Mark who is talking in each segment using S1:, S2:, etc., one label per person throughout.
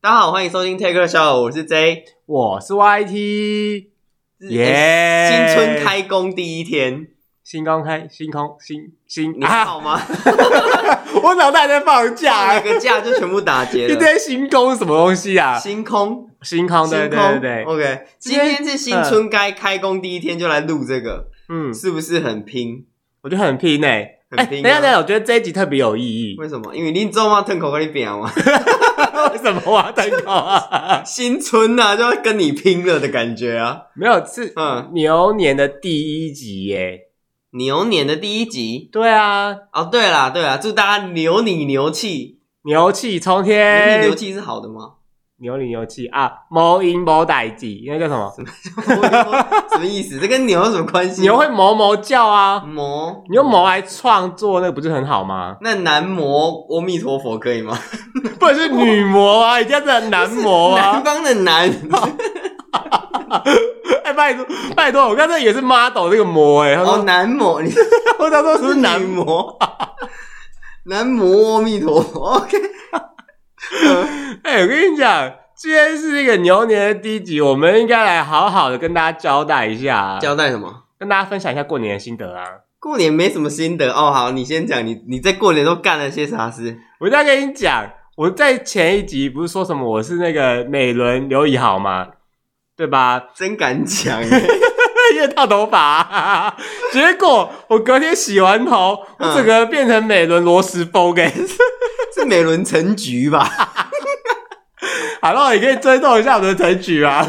S1: 大家好，欢迎收听 Take a Show，我是 J。
S2: 我是 YT，耶
S1: 哎新春开工第一天，
S2: 星光开，星空，星星
S1: 你好
S2: 啊！
S1: 吗？
S2: 我脑袋在放
S1: 放
S2: 假
S1: 了，个假就全部打结
S2: 一
S1: 了。
S2: 堆星空是什么东西啊？
S1: 星空，
S2: 星空，对
S1: 星
S2: 对对
S1: 空，哦
S2: 对，
S1: OK，今
S2: 今天
S1: 天是新春该开工第一天就来录这个，
S2: 嗯，
S1: 是不是很拼？
S2: 我觉得很拼诶。
S1: 很
S2: 哎，等
S1: 拼啊
S2: 一下，等一下，我觉得这一集特别有 意义。
S1: 为什么？因为你周嘛腾口跟你表嘛，
S2: 为什么我要等口啊？
S1: 新春啊，就要跟你拼了的感觉啊。
S2: 没有，是
S1: 嗯
S2: 牛年的第一集耶。
S1: 牛年的第一集
S2: 对啊，
S1: 哦，对啦对啦，祝大家牛你牛气，
S2: 牛气冲
S1: 牛你
S2: 天
S1: 牛，气是好的吗？
S2: 牛里牛气啊！谋赢谋歹计，那叫什么？
S1: 什么意思？这跟牛有什么关系？
S2: 牛会哞哞叫
S1: 嗯
S2: 啊！
S1: 磨，
S2: 你用毛来创作，那个不是很好吗？
S1: 那男模阿弥陀佛可以吗？
S2: 不然是女魔啊，人家是男魔
S1: 南
S2: 啊！
S1: 方的男，
S2: 哎，拜托拜托，我刚才也是 model 那个魔哎、他
S1: 哦，
S2: 说
S1: 男模，你
S2: 我他说是不是男
S1: 女模， 男模阿弥陀佛，OK，
S2: 哎、我跟你讲，今天是那个牛年的第一集，我们应该来好好的跟大家交代一下、啊，
S1: 交代什么？
S2: 跟大家分享一下过年的心得啊。
S1: 过年没什么心得哦。好，你先讲，你你在过年都干了些啥事？
S2: 我再跟你讲，我在前一集不是说什么我是那个美伦刘以豪吗？对吧？
S1: 真敢讲欸耶，
S2: 因为烫头发、啊， 结果我隔天洗完头，
S1: 嗯
S2: 我整个变成美伦罗斯风哎、
S1: 是美伦成局吧？
S2: 好了，你可以追踪一下我们的成 举啊。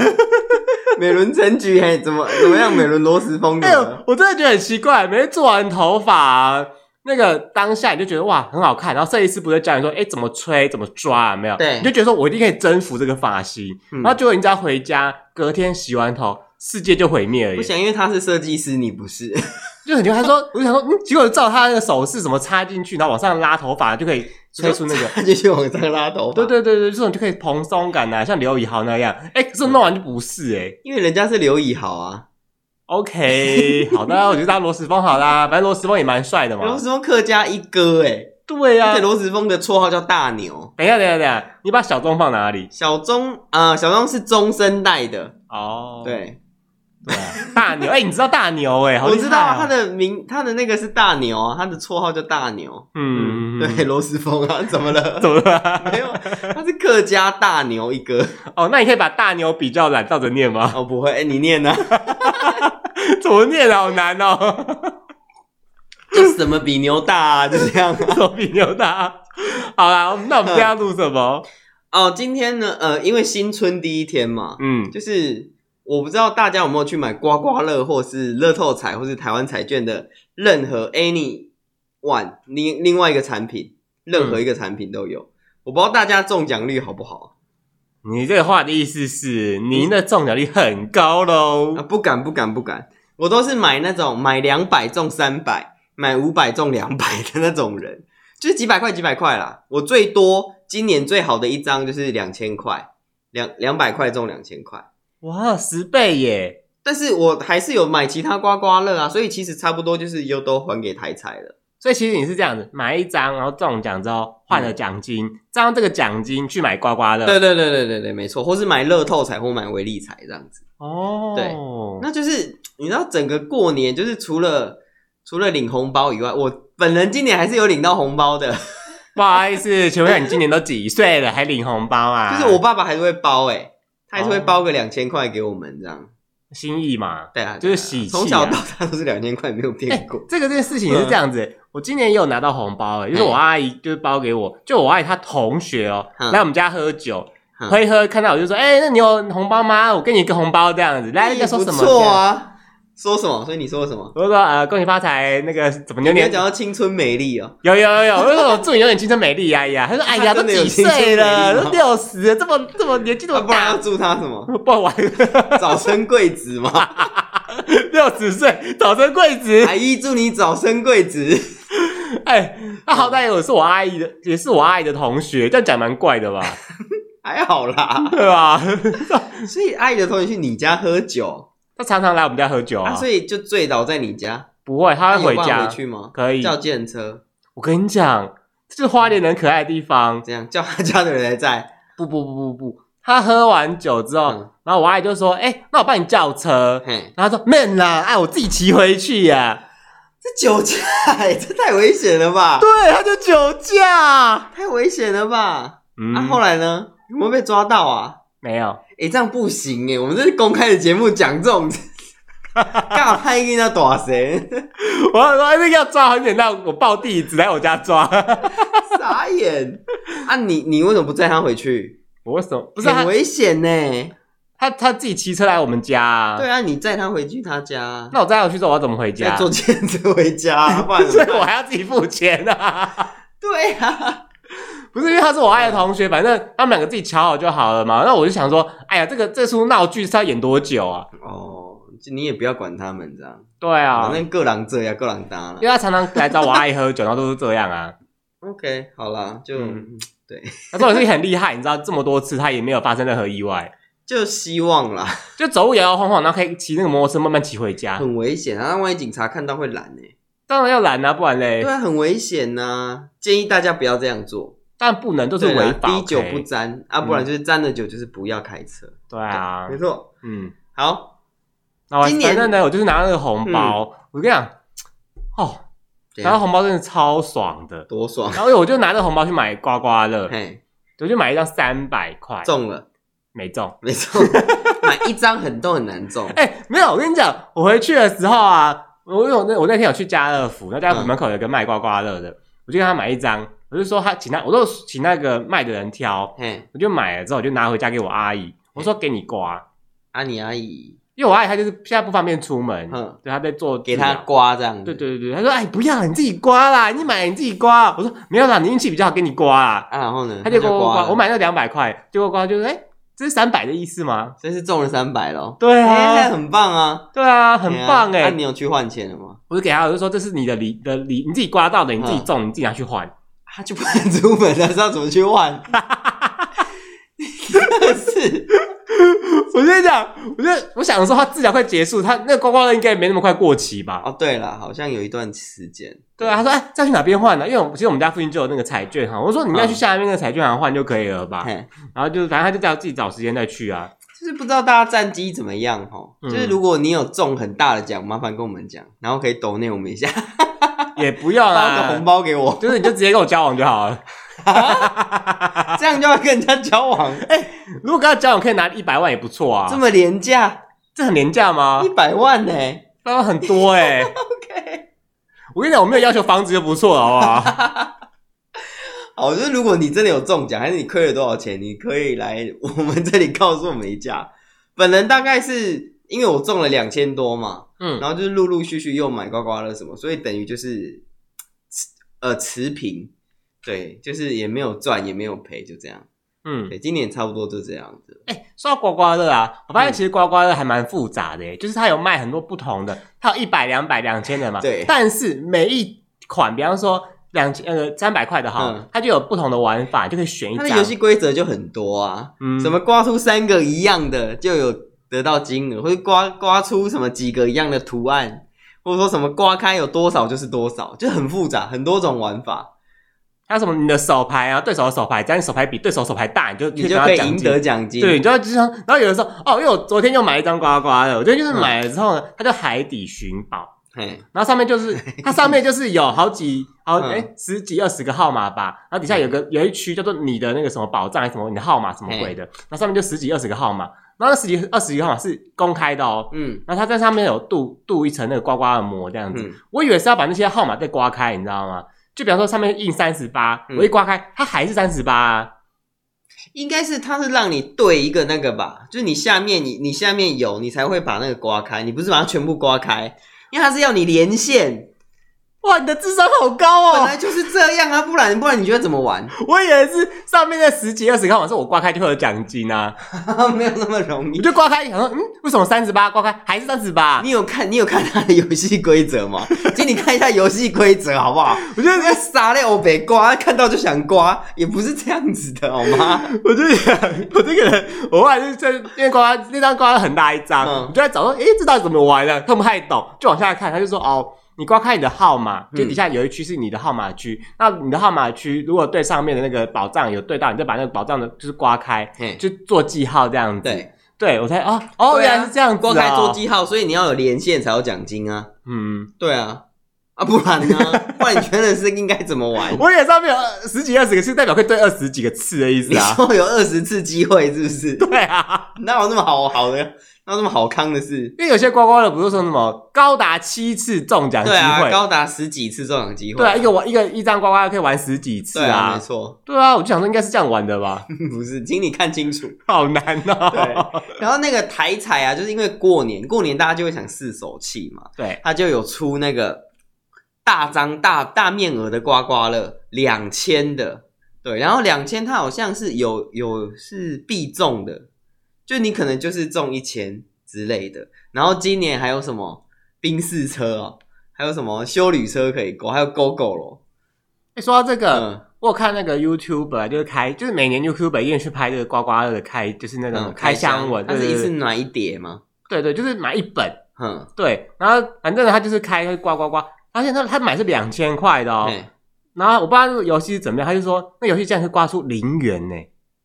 S1: 美伦成局，嘿，怎么怎么样？美伦罗斯风
S2: 哎、
S1: 的
S2: 呦，，我真的觉得很奇怪，每次做完头发、啊，那个当下你就觉得哇很好看，然后设计师不是教你说，哎、怎么吹，怎么抓，有没有？
S1: 对
S2: 你就觉得说我一定可以征服这个发型，
S1: 嗯
S2: 然后结果你只要回家，隔天洗完头，世界就毁灭了
S1: 不
S2: 耶。
S1: 想，因为他是设计师，你不是。
S2: 就很奇怪，他说，我就想说，嗯，结果照他那个手势怎么插进去，然后往上拉头发，就可以吹出 那个。
S1: 他就去往上拉头发。
S2: 对，对对对，这种就可以蓬松感呐、像刘以豪那样。哎、可是弄完就不是哎、
S1: 因为人家是刘以豪啊，
S2: OK，好的，我就当罗时峰 好啦，反正罗时峰也蛮帅的
S1: 罗
S2: 嘛。
S1: 时丰客家一哥哎、
S2: 对啊呀、
S1: 而且罗时丰的绰号叫大牛。
S2: 等一下，等一下，等一下，你把小钟放哪里？
S1: 小钟啊、呃小钟是中生代的，
S2: 哦，
S1: 对，
S2: 对啊，大牛，哎、你知道大牛哎、好
S1: 我
S2: 厉害哦
S1: 知道啊他，的名，他的那个是大牛啊，他的绰号叫大牛。
S2: 嗯，
S1: 对，，罗时丰啊，怎么了？
S2: 怎么了？
S1: 没有，他是客家大牛一哥。
S2: 哦，那你可以把大牛比较懒倒着念吗？
S1: 哦，不会，哎、你念呢、啊？
S2: 怎么念啊好难哦，
S1: 就什么比牛大啊，就这样啊。
S2: 手比牛大。好啦，那我们今天要录什么？
S1: 哦，今天呢，呃，因为新春第一天嘛，
S2: 嗯，
S1: 就是我不知道大家有没有去买刮刮乐，或是乐透彩，或是台湾彩券的任何 any one 另另外一个产品，任何一个产品都有。我不知道大家中奖率好不好
S2: 你这个话的意思是您的中奖率很高喽
S1: 啊？？不敢，不敢，不敢！我都是买那种买两百中三百，买五百中两百的那种人，就是几百块几百块啦。我最多今年最好的一张就是两千块，两两百块中两千块。
S2: 哇，十倍耶！
S1: 但是我还是有买其他刮刮乐啊，所以其实差不多就是又都还给台彩了。
S2: 所以其实你是这样子，买一张，然后中奖之后换了奖金，再用这个奖金去买刮刮乐。
S1: 对对对对对对，没错，或是买乐透彩或买威力彩这样子。
S2: 哦，
S1: 对
S2: 对，
S1: 那就是你知道，整个过年就是除了除了领红包以外，我本人今年还是有领到红包的，
S2: 不好意思，请问一下你今年都几岁了，还领红包啊？
S1: 就是我爸爸还是会包诶、他还是会包个两千块给我们这样。
S2: 心意嘛。
S1: 对啊，
S2: 就是
S1: 对啊
S2: 喜气啊
S1: 从小到大都是两千块，没有
S2: 哎、
S1: 变过。
S2: 这个这件事情也是这样子、我今年也有拿到红包、哎，就是我阿姨就是包给我，就我阿姨她同学哦、
S1: 嗯
S2: 来我们家喝酒，
S1: 嗯
S2: 喝一喝，看到我就说，哎、那你有红包吗？我给你一个红包这样子。 来，人家说
S1: 哎不
S2: 什么？
S1: 错啊，说什么？所以你说什么？
S2: 我就说呃，恭喜发财，那个怎么牛
S1: 你要
S2: 年
S1: 讲到青春美丽哦，
S2: 有有有有，我就说我祝你永远青春美丽哎呀！他说哎呀，
S1: 他
S2: 都
S1: 真的有
S2: 几岁
S1: 青春美丽
S2: 了，
S1: 吗
S2: 都六十了，这么这么年纪这
S1: 啊
S2: 么
S1: 不然要
S2: 大，
S1: 祝他什么？
S2: 不好玩，
S1: 早生贵子吗？
S2: 六十岁早生贵子
S1: 阿。姨祝你早生贵子。
S2: 哎，那好歹我是我阿姨的，也是我阿姨的同学，这样讲蛮怪的吧？
S1: 还好啦，
S2: 对吧？嗯
S1: 所以阿姨的同学去你家喝酒，
S2: 他常常来我们家喝酒
S1: 啊，
S2: 啊，
S1: 所以就醉倒在你家。
S2: 不会，他
S1: 他
S2: 会
S1: 有
S2: 回
S1: 办法
S2: 家
S1: 回，去吗？
S2: 可以。
S1: 叫建车，
S2: 我跟你讲，这是花莲人可爱的地方，
S1: 这样叫他家的人还在。
S2: 不不不不不，他喝完酒之后，
S1: 嗯
S2: 然后我阿姨就说：“哎、那我帮你叫车。
S1: 嘿”，
S2: 然后他说：“没啦，哎，我自己骑回去呀、
S1: 这酒驾，欸这太危险了吧？
S2: 对，他就酒驾。
S1: 太危险了吧？
S2: 嗯
S1: 啊，后来呢？有没有被抓到啊？
S2: 没有，
S1: 哎、这样不行哎，我们这是公开的节目讲这种，尬拍一定要打谁？
S2: 我我那个要抓很简单，我报地址来我家抓。
S1: 傻眼啊你！你为什么不载他回去？
S2: 我为什么不
S1: 不
S2: 是啊他
S1: 很危险欸呢？
S2: 他他自己骑车来我们家、啊？
S1: 对啊，你载他回去他家，啊
S2: 那我再回去之后我要怎么回
S1: 再
S2: 家？
S1: 坐电车回家，啊不然怎
S2: 所
S1: 么
S2: 以我
S1: 办？
S2: 还要自己付钱 啊！
S1: 对啊，
S2: 不是因为他是我爱的同学，反正他们两个自己瞧好就好了嘛。那我就想说，哎呀，这个这出闹剧是要演多久啊？
S1: 哦，就你也不要管他们这样，
S2: 对啊
S1: 反，正各狼这样，各狼搭了
S2: 因为。他常常来找我阿姨喝酒，然后都是这样啊。
S1: OK，好啦，就、
S2: 嗯
S1: 对，
S2: 那这种事情很厉害，你知道这么多次他也没有发生任何意外，
S1: 就希望啦，
S2: 就走路摇摇晃晃，然后可以骑那个摩托车慢慢骑回家。
S1: 很危险啊，万一警察看到会拦呢、
S2: 当然要拦啊，不然嘞
S1: 对，啊，很危险呐、建议大家不要这样做，
S2: 但不能都是
S1: 对
S2: 违
S1: 啦，
S2: 法。
S1: 滴酒
S2: OK？
S1: 不沾啊，不然就是沾了酒就是不要开车。
S2: 对啊
S1: 没，错。
S2: 嗯。
S1: 好，
S2: 然后
S1: 今年嗯
S2: 反正呢，我就是拿那个红包，我跟你讲，哦，
S1: 这
S2: 拿到
S1: 样
S2: 红包真的超爽的。
S1: 多爽，
S2: 然后我就拿着红包去买刮刮乐，
S1: 嘿，
S2: 我就买一张三百块，
S1: 中了，
S2: 没中。
S1: 没 错，买一张很都很难中，
S2: 哎、没有，我跟你讲，我回去的时候啊，我有那我那天有去家乐福，那家乐福
S1: 嗯
S2: 门口有一个卖刮刮乐的，我就跟他买一张，我就说他请他，我都请那个卖的人挑，
S1: 嘿，
S2: 我就买了之后我就拿回家给我阿姨，我说给你刮，
S1: 阿你阿姨，
S2: 因为我阿姨她就是现在不方便出门，
S1: 嗯，
S2: 对，她在做
S1: 给
S2: 治疗
S1: 他。刮这样子，
S2: 对对对对，她说：“哎，不要，你自己刮啦，你买你自己刮。”我说：“没有啦，你运气比较好，给你刮啦。
S1: 啊，然后呢，
S2: 她就给我
S1: 刮
S2: 刮，
S1: 了，
S2: 我买那两百块，结果刮就是，哎，这是三百的意思吗？
S1: 真是中了三百咯。
S2: 对
S1: 哎，
S2: 啊，
S1: 很棒啊，
S2: 对啊，很棒
S1: 哎，啊
S2: 哎、
S1: 你有去换钱了吗？
S2: 我就给他，我就说这是你的礼的礼，你自己刮到的，你
S1: 嗯
S2: 自己中，你自己拿去还。
S1: 他啊就不能出门了，知道怎么去换？ 真的是，
S2: 我就讲，我就我想说，他治疗快结束，他那个刮刮乐应该没那么快过期吧？
S1: 哦，对了，好像有一段时间，
S2: 对啊，他说哎，再去哪边换呢、因为我其实我们家附近就有那个彩券行，我说你要去下面那个彩券行换就可以了吧？
S1: 嗯嘿，
S2: 然后就反正他就叫自己找时间再去啊。
S1: 就是不知道大家战绩怎么样哈，
S2: 嗯
S1: 就是如果你有中很大的奖，麻烦跟我们讲，然后可以抖内我们一下，
S2: 也不要
S1: 包个
S2: 啦，
S1: 红包给我，
S2: 就是你就直接跟我交往就好了。
S1: 这样就要跟人家交往，
S2: 哎如果跟他交往可以拿一百万也不错啊，
S1: 这
S2: 这
S1: 么廉价，
S2: 这很廉价吗
S1: 一？百万呢、
S2: 当然很多哎、
S1: OK，
S2: 我跟你讲，我没有要求房子就不错了，好不 好？
S1: 好，哦就是如果你真的有中奖，还是你亏了多少钱，你可以来我们这里告诉我们一下。本人大概是因为我中了两千多嘛，
S2: 嗯，
S1: 然后就是陆陆续续又买刮刮乐什么，所以等于就是持呃持平，对，就是也没有赚也没有赔，就这样。
S2: 嗯，
S1: 对，今年差不多就这样子。
S2: 哎、说到刮刮乐啊，我发
S1: 嗯
S2: 现其实刮刮乐还蛮复杂的耶，就是它有卖很多不同的，它有一百、两百、两千的嘛。
S1: 对
S2: 但是每一款，比方说两千呃三百块的哈，
S1: 嗯
S2: 它就有不同的玩法，你就可以选一
S1: 它
S2: 张。
S1: 的游戏规则就很多啊，
S2: 嗯
S1: 什么刮出三个一样的就有得到金额，或者刮刮出什么几个一样的图案，或者说什么刮开有多少就是多少，就很复杂，很多种玩法，
S2: 还有什么你的手牌啊，对手的手牌，只要你手牌比对手手牌大，你就
S1: 你就
S2: 嗯拿到
S1: 可以
S2: 奖
S1: 赢
S2: 金
S1: 得。奖金。
S2: 对，你就要就像，然后有的时候哦，因为我昨天就买一张刮刮乐，我觉得
S1: 嗯
S2: 就是买了之后呢，它叫海底寻宝，
S1: 嘿，
S2: 然后上面就是 它上面就是有好几好
S1: 嗯
S2: 哎、十几二十个号码吧，然后底下有个有一区叫做你的那个什么宝藏还是什么你的号码什么鬼的，那上面就十几二十个号码，然后那十几二十个号码是公开的哦。
S1: 嗯
S2: 然后它在上面有镀镀一层那个刮刮的膜这样子，
S1: 嗯，
S2: 我以为是要把那些号码再刮开，你知道吗？就比方说上面印三十八，
S1: 嗯
S2: 我一刮开它还是三十八，啊
S1: 应该是它是让你对一个那个吧，就是你下面你你下面有你才会把那个刮开，你不是把它全部刮开，因为它是要你连线，
S2: 哇，你的智商好高
S1: 本
S2: 哦！
S1: 来就是这样啊，不然不然你觉得怎么玩？
S2: 我以为是上面那十几二十个号码是我刮开就会有奖金啊，
S1: 没有那么容易
S2: 你。就刮开想说，嗯，为什么三十八刮开还是三十八？
S1: 你有看你有看他的游戏规则吗？ 请你看一下游戏规则好不好？
S2: 我觉得
S1: 那傻嘞，我被刮，看到就想刮，也不是这样子的好 吗？
S2: 我就想，我这个人，我后来就在因为刮那张刮很大一张，
S1: 嗯
S2: 我就在找说，诶、这到底怎么玩呢、看不太懂，就往下看，他就说，哦，你刮开你的号码，就
S1: 嗯
S2: 底下有一区是你的号码区。那你的号码区如果对上面的那个宝藏有对到，你再把那个宝藏的就是刮开，
S1: 嘿，
S2: 就做记号这样子。
S1: 对，
S2: 对我才哦哦，
S1: 对啊
S2: 原来是这样子、哦，
S1: 光开做记号，所以你要有连线才有奖金啊。
S2: 嗯，
S1: 对啊，啊不 然呢？不然你觉得是应该怎么玩？
S2: 我脸上面有二十几二十个，是代表可以对二十几个次的意思
S1: 你
S2: 啊。
S1: 说有二十次机会是不是？
S2: 对啊，
S1: 哪有那么好好的？哪有那么好康的事？
S2: 因为有些刮刮乐不是说什么高达七次中奖机
S1: 对
S2: 会，
S1: 啊，高达十几次中奖机会。
S2: 对啊，一个玩一个一张刮刮乐可以玩十几次
S1: 对啊，
S2: 啊
S1: 没，错，
S2: 对啊，我就想说应该是这样玩的吧，
S1: 不是，请你看清楚。
S2: 好难哦。
S1: 对， 然后那个台彩啊，就是因为过年，过年大家就会想试手气嘛，
S2: 对，
S1: 他就有出那个大张大大面额的刮刮乐，两千的，对，然后两千它好像是有有是必中的，就你可能就是中一千之类的。然后今年还有什么宾士车哦，还有什么修旅车可以勾，还有 GoGo 咯，
S2: 欸说到这个，
S1: 嗯，
S2: 我有看那个 YouTube 就是开，就是每年 YouTube 一定去拍这个刮刮乐的开，就是那种
S1: 嗯
S2: 开箱文，
S1: 它
S2: 对
S1: 是一次
S2: 对对
S1: 买一叠吗？
S2: 对对，就是买一本，
S1: 哼，
S2: 对，然后反正呢他就是开刮刮刮，发现他他买是两千块的哦，
S1: 嘿
S2: 然后我不知道这个游戏是怎么样，他就说那游戏竟然可以刮出零元呢，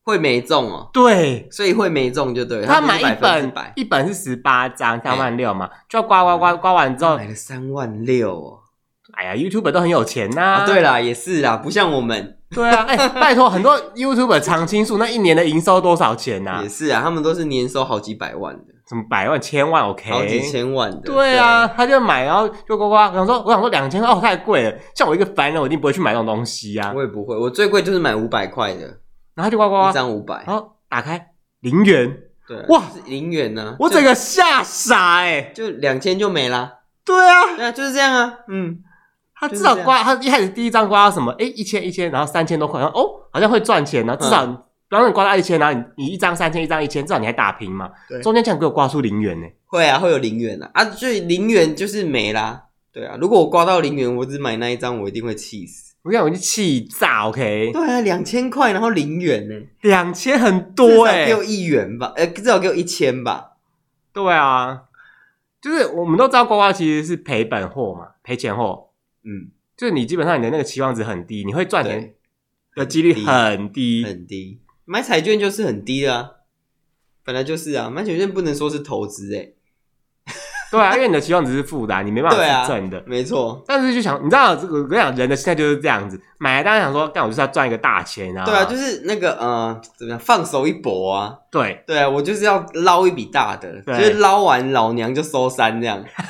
S1: 会没中哦。
S2: 对。
S1: 所以会没中就对了。
S2: 他
S1: 不
S2: 买
S1: 是
S2: 一
S1: 百分之
S2: 本
S1: 百，嗯
S2: 一本是十八张，三万六嘛，就要刮刮刮刮完之后，
S1: 买了三万六哦。
S2: 哎呀，YouTube 都很有钱呐、
S1: 啊，对啦，也是啦，不像我们
S2: 对 啊，哎、拜托，很多 YouTube 常青树那一年的营收多少钱呐、
S1: 也是啊，他们都是年收好几百万的，
S2: 什么百万、千万，OK？
S1: 好几千万的。
S2: 对啊，他就买，然后就刮刮。我想说，我想说两千块哦，太贵了。像我一个凡人，我一定不会去买那种东西啊
S1: 对，。我也不会，我最贵就是买五百块的，
S2: 然后他就刮刮
S1: 一
S2: 刮，
S1: 张五百。
S2: 然后打开零元，
S1: 对啊，
S2: 哦哇
S1: 就是零元呢，
S2: 我
S1: 就
S2: 整个吓傻哎、
S1: 就两千就没啦。
S2: 对啊，
S1: 对啊，就是这样啊。嗯，
S2: 他至少刮，他一开始第一张刮到什么？哎，一千一千，然后三千多块，然后哦，好像会赚钱呢。至少
S1: 嗯
S2: 你，然后你刮到一千，然后你你一张三千，一张一千，至少你还打平嘛
S1: 对。
S2: 中间竟然给我刮出零元呢、
S1: 会啊，会有零元啊。啊，所以零元就是没啦。对啊，如果我刮到零元，我只买那一张，我一定会气死。
S2: 我跟你讲，我就气炸，OK？
S1: 对啊，两千块，然后零元呢、
S2: 两千很
S1: 至
S2: 多
S1: 少
S2: 哎、
S1: 给我一元吧，呃，至少给我一千吧。
S2: 对啊，就是我们都知道刮刮其实是赔本货嘛，赔钱货，
S1: 嗯，
S2: 就是你基本上你的那个期望值很低，你会赚钱
S1: 对，
S2: 的几率很低。
S1: 很低。买彩券就是很低的啊，本来就是啊，买彩券不能说是投资哎、
S2: 对啊，因为你的期望值是负的啊、你没办
S1: 对啊
S2: 法是正的。
S1: 没错，
S2: 但是就想，你知道，这个我跟你讲，人的心态就是这样子，买来当然想说，但我就是要赚一个大钱啊。
S1: 对啊，就是是那个呃，怎么样，放手一搏啊，
S2: 对，
S1: 对啊，我就是要捞一笔大的，就
S2: 对
S1: 是捞完老娘就收山这样，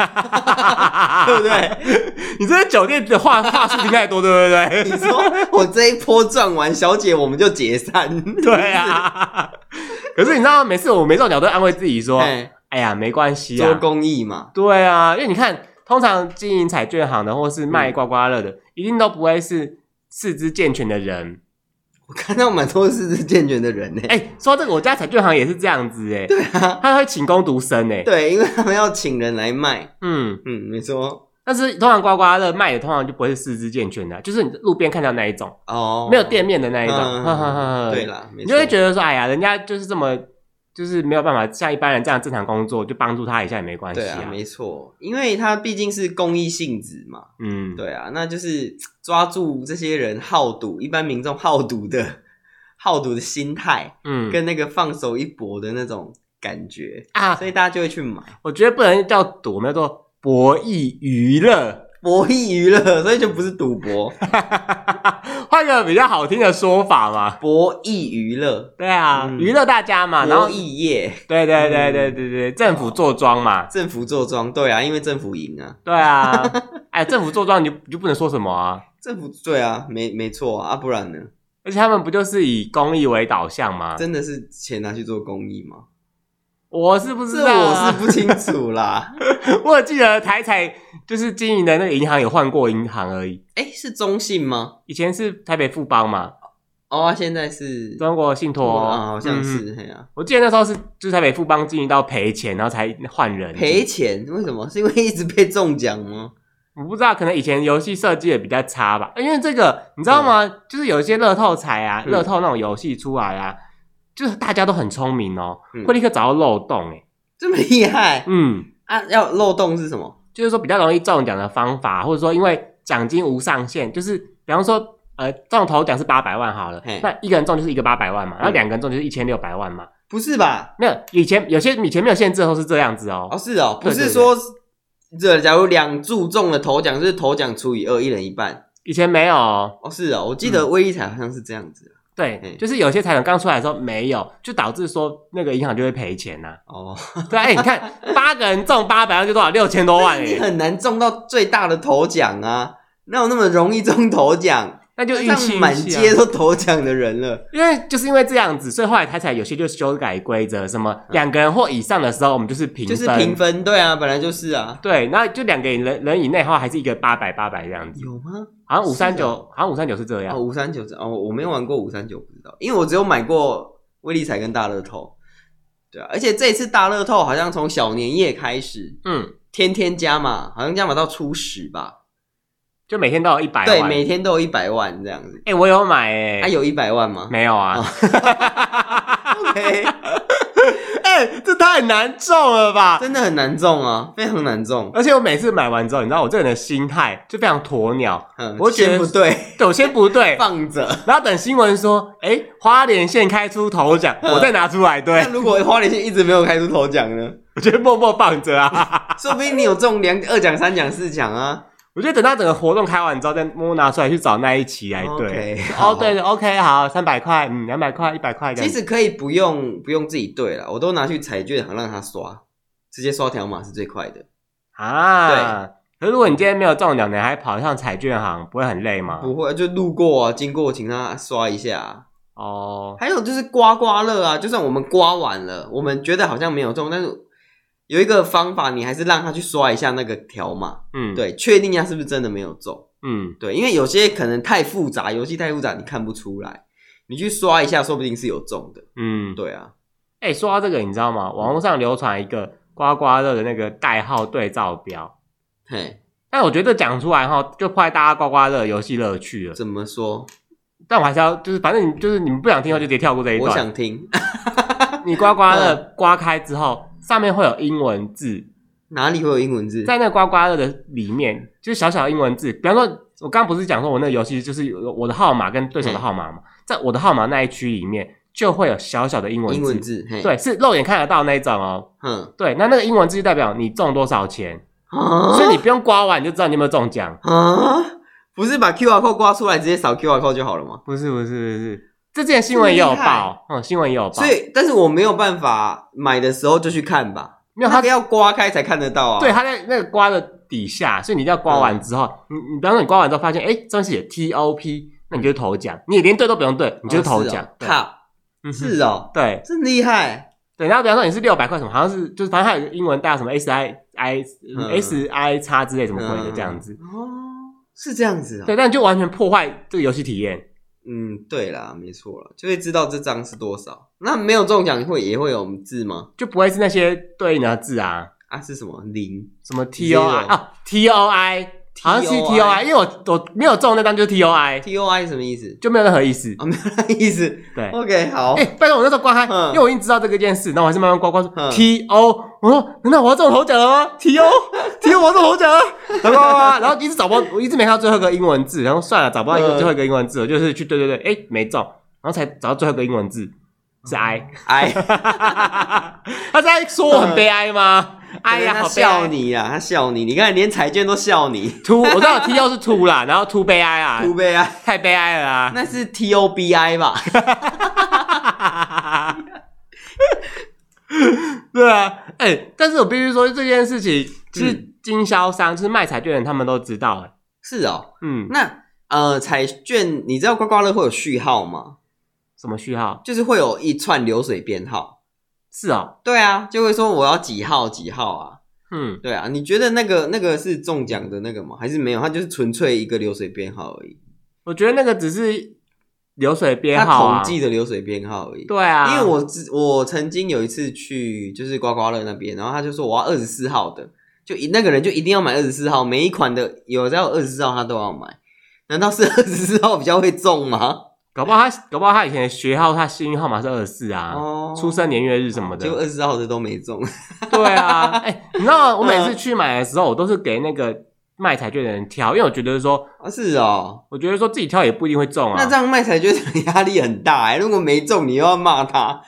S1: 对不？对？
S2: 你这些酒店的话话术听太多，对
S1: 你
S2: 不对？
S1: 说我这一波赚完，小姐我们就解散，
S2: 对啊。 可是你知道，每次我没中奖，我都安慰自己
S1: 是不
S2: 说
S1: 是，：“哎，
S2: 哎呀，没关系啊，
S1: 做公益嘛，
S2: 对啊，因为你看，通常经营彩券行的或是卖刮刮乐
S1: 嗯
S2: 的，一定都不会是四肢健全的人。
S1: 我看到蛮多四肢健全的人呢、欸
S2: 哎、说到这个，我家彩券行也是这样子哎、
S1: 对啊，
S2: 他会请工读生哎、
S1: 对，因为他们要请人来卖，
S2: 嗯，
S1: 嗯，没错，
S2: 但是通常刮刮乐卖的通常就不会是四肢健全的，啊就是你路边看到那一种，
S1: 哦，
S2: 没有店面的那一种，
S1: 嗯
S2: 呵呵呵呵
S1: 对，啦，没
S2: 你就会
S1: 错
S2: 觉得说，哎呀，人家就是这么，就是没有办法像一般人这样正常工作，就帮助他一下也没关系
S1: 对啊，没错，因为它毕竟是公益性质嘛，
S2: 嗯，
S1: 对啊，那就是抓住这些人好赌，一般民众好赌的好赌的心态，
S2: 嗯，
S1: 跟那个放手一搏的那种感觉，
S2: 啊
S1: 所，以大家就会去买
S2: 我觉得不能叫赌，我们叫做博弈娱乐。
S1: 博弈娱乐，所以就不是赌博，
S2: 换个比较好听的说法嘛。
S1: 博弈娱乐，
S2: 对啊，
S1: 嗯
S2: 娱乐大家嘛，然后
S1: 博弈嗯业，
S2: 对对对对对对，政府坐庄嘛，
S1: 政府坐庄，对啊，因为政府赢啊，
S2: 对啊，哎，政府坐庄你就你就不能说什么啊，
S1: 政府对啊，没没错啊，啊不然呢，
S2: 而且他们不就是以公益为导向吗？
S1: 真的是钱拿去做公益吗？
S2: 我是不知
S1: 这
S2: 道
S1: 我
S2: 啊、
S1: 是不清楚啦，
S2: 我 我记得台彩就是经营的那个银行有换过银行而已，
S1: 哎，是中信吗？
S2: 以前是台北富邦嘛，
S1: 哦，啊现在是
S2: 中国信托
S1: 啊，好像
S2: 嗯
S1: 是，嘿啊，
S2: 我记得那时候是就是台北富邦经营到赔钱，然后才换人
S1: 赔钱为什么？是因为一直被中奖吗？
S2: 我不知道，可能以前游戏设计的比较差吧，因为这个你知道吗？就是有一些乐透彩啊，
S1: 嗯
S2: 乐透那种游戏出来啊，就是大家都很聪明哦
S1: 嗯，
S2: 会立刻找到漏洞哎、
S1: 这么厉害
S2: 嗯，
S1: 啊！要漏洞是什么？
S2: 就是说比较容易中奖的方法，或者说因为奖金无上限，就是比方说呃中头奖是八百万好了
S1: 嘿，
S2: 那一个人中就是一个八百万嘛，然后
S1: 嗯
S2: 两个人中就是一千六百万嘛。
S1: 不是吧？
S2: 没有以前有些以前没有限制的时候是这样子哦，
S1: 哦，是哦，不
S2: 对对
S1: 是说这假如两注中了头奖，就是头奖除以二，一人一半。
S2: 以前没有哦。
S1: 哦，是哦，我记得威力彩好像是这样子。
S2: 对
S1: 嗯，
S2: 就是有些财产刚出来的时候没有，就导致说那个银行就会赔钱呐、
S1: 哦，
S2: 对啊，哎、你看八个人中八百万就多少六千多万哎、
S1: 你很难中到最大的头奖啊，哪有那么容易中头奖？
S2: 那就
S1: 这
S2: 运
S1: 样
S2: 气
S1: 满
S2: 运气啊
S1: 街都头奖的人了。
S2: 因为就是因为这样子，所以后来台彩有些就修改规则，什么两个人或以上的时候，我们就是平
S1: 嗯就
S2: 分，
S1: 是平分，对啊，本来就是啊。
S2: 对，那就两个人人以内的话，还是一个八百八百这样子，
S1: 有吗？
S2: 好像五
S1: 是啊
S2: 三九，好像五三九是这样
S1: 哦，，五三九哦，我没有玩过五三九，不知道，因为我只有买过威力彩跟大乐透。对啊，而且这一次大乐透好像从小年夜开始，
S2: 嗯，
S1: 天天加码，好像加码到初十吧。
S2: 就每天都有一百万，
S1: 对，每天都有一百万这样子。
S2: 哎、我有买哎、
S1: 啊，有一百万 吗？
S2: 没有啊？
S1: 哦 OK，
S2: 哎、这太难中了 吧？
S1: 真的很难中啊，非常难中。
S2: 而且我每次买完之后，你知道我这个人的心态就非常鸵鸟，
S1: 嗯，
S2: 我觉
S1: 钱
S2: 得
S1: 不对，
S2: 对我先不对，
S1: 放着。
S2: 然后等新闻说，哎、花莲县开出头奖，
S1: 嗯
S2: 我再拿出来，对
S1: 那如果花莲县一直没有开出头奖呢？
S2: 我就默默放着啊。
S1: 说不定你有中两二奖、三奖、四奖啊。
S2: 我就等到整个活动开完之后，再摸拿出来去找那一期来对。
S1: OK，
S2: 哦，对对，OK，好，三百块，嗯，两百块，一百块
S1: 其
S2: 这样子。
S1: 实可以不用不用自己对了，我都拿去彩券行让他刷，直接刷条码是最快的。
S2: 啊，可是如果你今天没有中奖，你还跑一趟彩券行，不会很累吗？
S1: 不会就路过啊，经过请他刷一下啊。
S2: 哦，
S1: 还有就是刮刮乐啊，就算我们刮完了，我们觉得好像没有中，但是有一个方法，你还是让他去刷一下那个条码，
S2: 嗯，，
S1: 对，确定一下是不是真的没有中。
S2: 嗯，
S1: 对，因为有些可能太复杂，游戏太复杂，你看不出来，你去刷一下，说不定是有中的。
S2: 嗯，
S1: 对啊，
S2: 哎、说到这个，你知道吗？网络上流传一个刮刮乐的那个代号对照表，
S1: 嘿，
S2: 但我觉得讲出来哈，就破坏大家刮刮乐的游戏乐趣了。
S1: 怎么说？
S2: 但我还是要，就是反正你就是你们不想听的话，就直接跳过这一
S1: 我
S2: 段。
S1: 想嗯听
S2: 你刮刮乐刮开之后，上面会有英文字，
S1: 哪里会有英文字？
S2: 在那刮刮乐的里面，就是小小的英文字。比方说，我刚刚不是讲说我那个游戏就是有我的号码跟对手
S1: 嗯
S2: 的号码嘛，在我的号码那一区里面就会有小小的英文字，
S1: 英文字，嘿，，
S2: 对，是肉眼看得到那一种哦。
S1: 嗯，
S2: 对，那那个英文字就代表你中多少钱，
S1: 啊，
S2: 所以你不用刮完你就知道你有没有中奖。
S1: 啊，不是把 QR code 刮出来，直接扫 QR code 就好了吗？
S2: 不是不是不是，这之前新闻也有
S1: 这么厉害
S2: 报，嗯，新闻也有报
S1: 所，以，但是我没有办法买的时候就去看吧，
S2: 没有
S1: 那
S2: 啊他
S1: 个要刮开才看得到啊。
S2: 对，，它在那个刮的底下，所以你一定要刮完之后，
S1: 嗯
S2: 你你比方说你刮完之后发现，哎、这边写 T O P，那你就是头奖，你连对都不用
S1: 哦
S2: 对，你就是头奖。对
S1: 卡
S2: 嗯哼
S1: 是哦，
S2: 对
S1: 真厉害。
S2: 对，然后比方说你是六百块什么，好像是就是反正它有个英文大什么 S I I
S1: 嗯
S2: S I 叉之类什么鬼的这样子。
S1: 哦，是这样子啊。
S2: 对，但你就完全破坏这个游戏体验。
S1: 嗯，对啦，没错了，就会知道这张是多少。那没有中奖会也会有字吗？
S2: 就不会是那些对应的字啊，
S1: 啊，是什么零？
S2: 什么 T O I
S1: Zero
S2: 啊 T O I，好像是 T O I，因为我我没有中那张就是 T O I，
S1: T O I 什么意思？
S2: 就没有任何意思。
S1: 啊，没有那意思。
S2: 对，
S1: OK，好
S2: 哎、，拜托我那时候刮开，
S1: 嗯
S2: 因为我已经知道这个件事，然后我还是慢慢刮刮说
S1: 嗯
S2: T O，我说难道我要中头奖了吗？T O T O 我要中头奖了，然后刮刮刮，然后一直找不到，我一直没看到最后一个英文字，然后算了，找不到一个
S1: 嗯
S2: 最后一个英文字，我就是去对对对，哎、没中，然后才找到最后一个英文字是 I，
S1: 哎，
S2: 他是在说我很悲哀吗？哎呀，
S1: 他
S2: 好悲哀
S1: 笑你啊，他笑你，你看连彩券都笑你，
S2: 秃，我知道 T O 是秃啦，然后秃悲哀啊，
S1: 图悲哀，
S2: 太悲哀了啊，
S1: 那是 T O B I 吧？
S2: 对啊，哎、但是我必须说这件事情，
S1: 嗯
S2: 其实经销商、就是卖彩券的人，他们都知道、哎，
S1: 是哦，
S2: 嗯，
S1: 那呃，彩券你知道刮刮乐会有序号吗？
S2: 什么序号？
S1: 就是会有一串流水编号。
S2: 是哦，
S1: 对啊，就会说我要几号几号啊？
S2: 嗯，
S1: 对啊，你觉得那个那个是中奖的那个吗？还是没有？它就是纯粹一个流水编号而已，
S2: 我觉得那个只是流水编号
S1: 它
S2: 啊
S1: 统，计的流水编号而已。
S2: 对啊，
S1: 因为我之我曾经有一次去就是刮刮乐那边，然后他就说我要二十四号的，就一那个人就一定要买二十四号， 每一款的有只要有二十四号他都要买。难道是二十四号比较会中吗？
S2: 搞不好他搞不好他以前的学号他幸运号码是二十四啊，
S1: 哦
S2: 出生年月日什么
S1: 结果
S2: 的。
S1: 二十四号的都没中，
S2: 对啊，哎、你知道我每
S1: 嗯
S2: 次去买的时候，我都是给那个卖彩券的人挑，因为我觉得说，
S1: 啊是哦，
S2: 我觉得说自己挑也不一定会中
S1: 那
S2: 啊
S1: 这。样卖彩券的压力很大哎、如果没中，你又要骂他，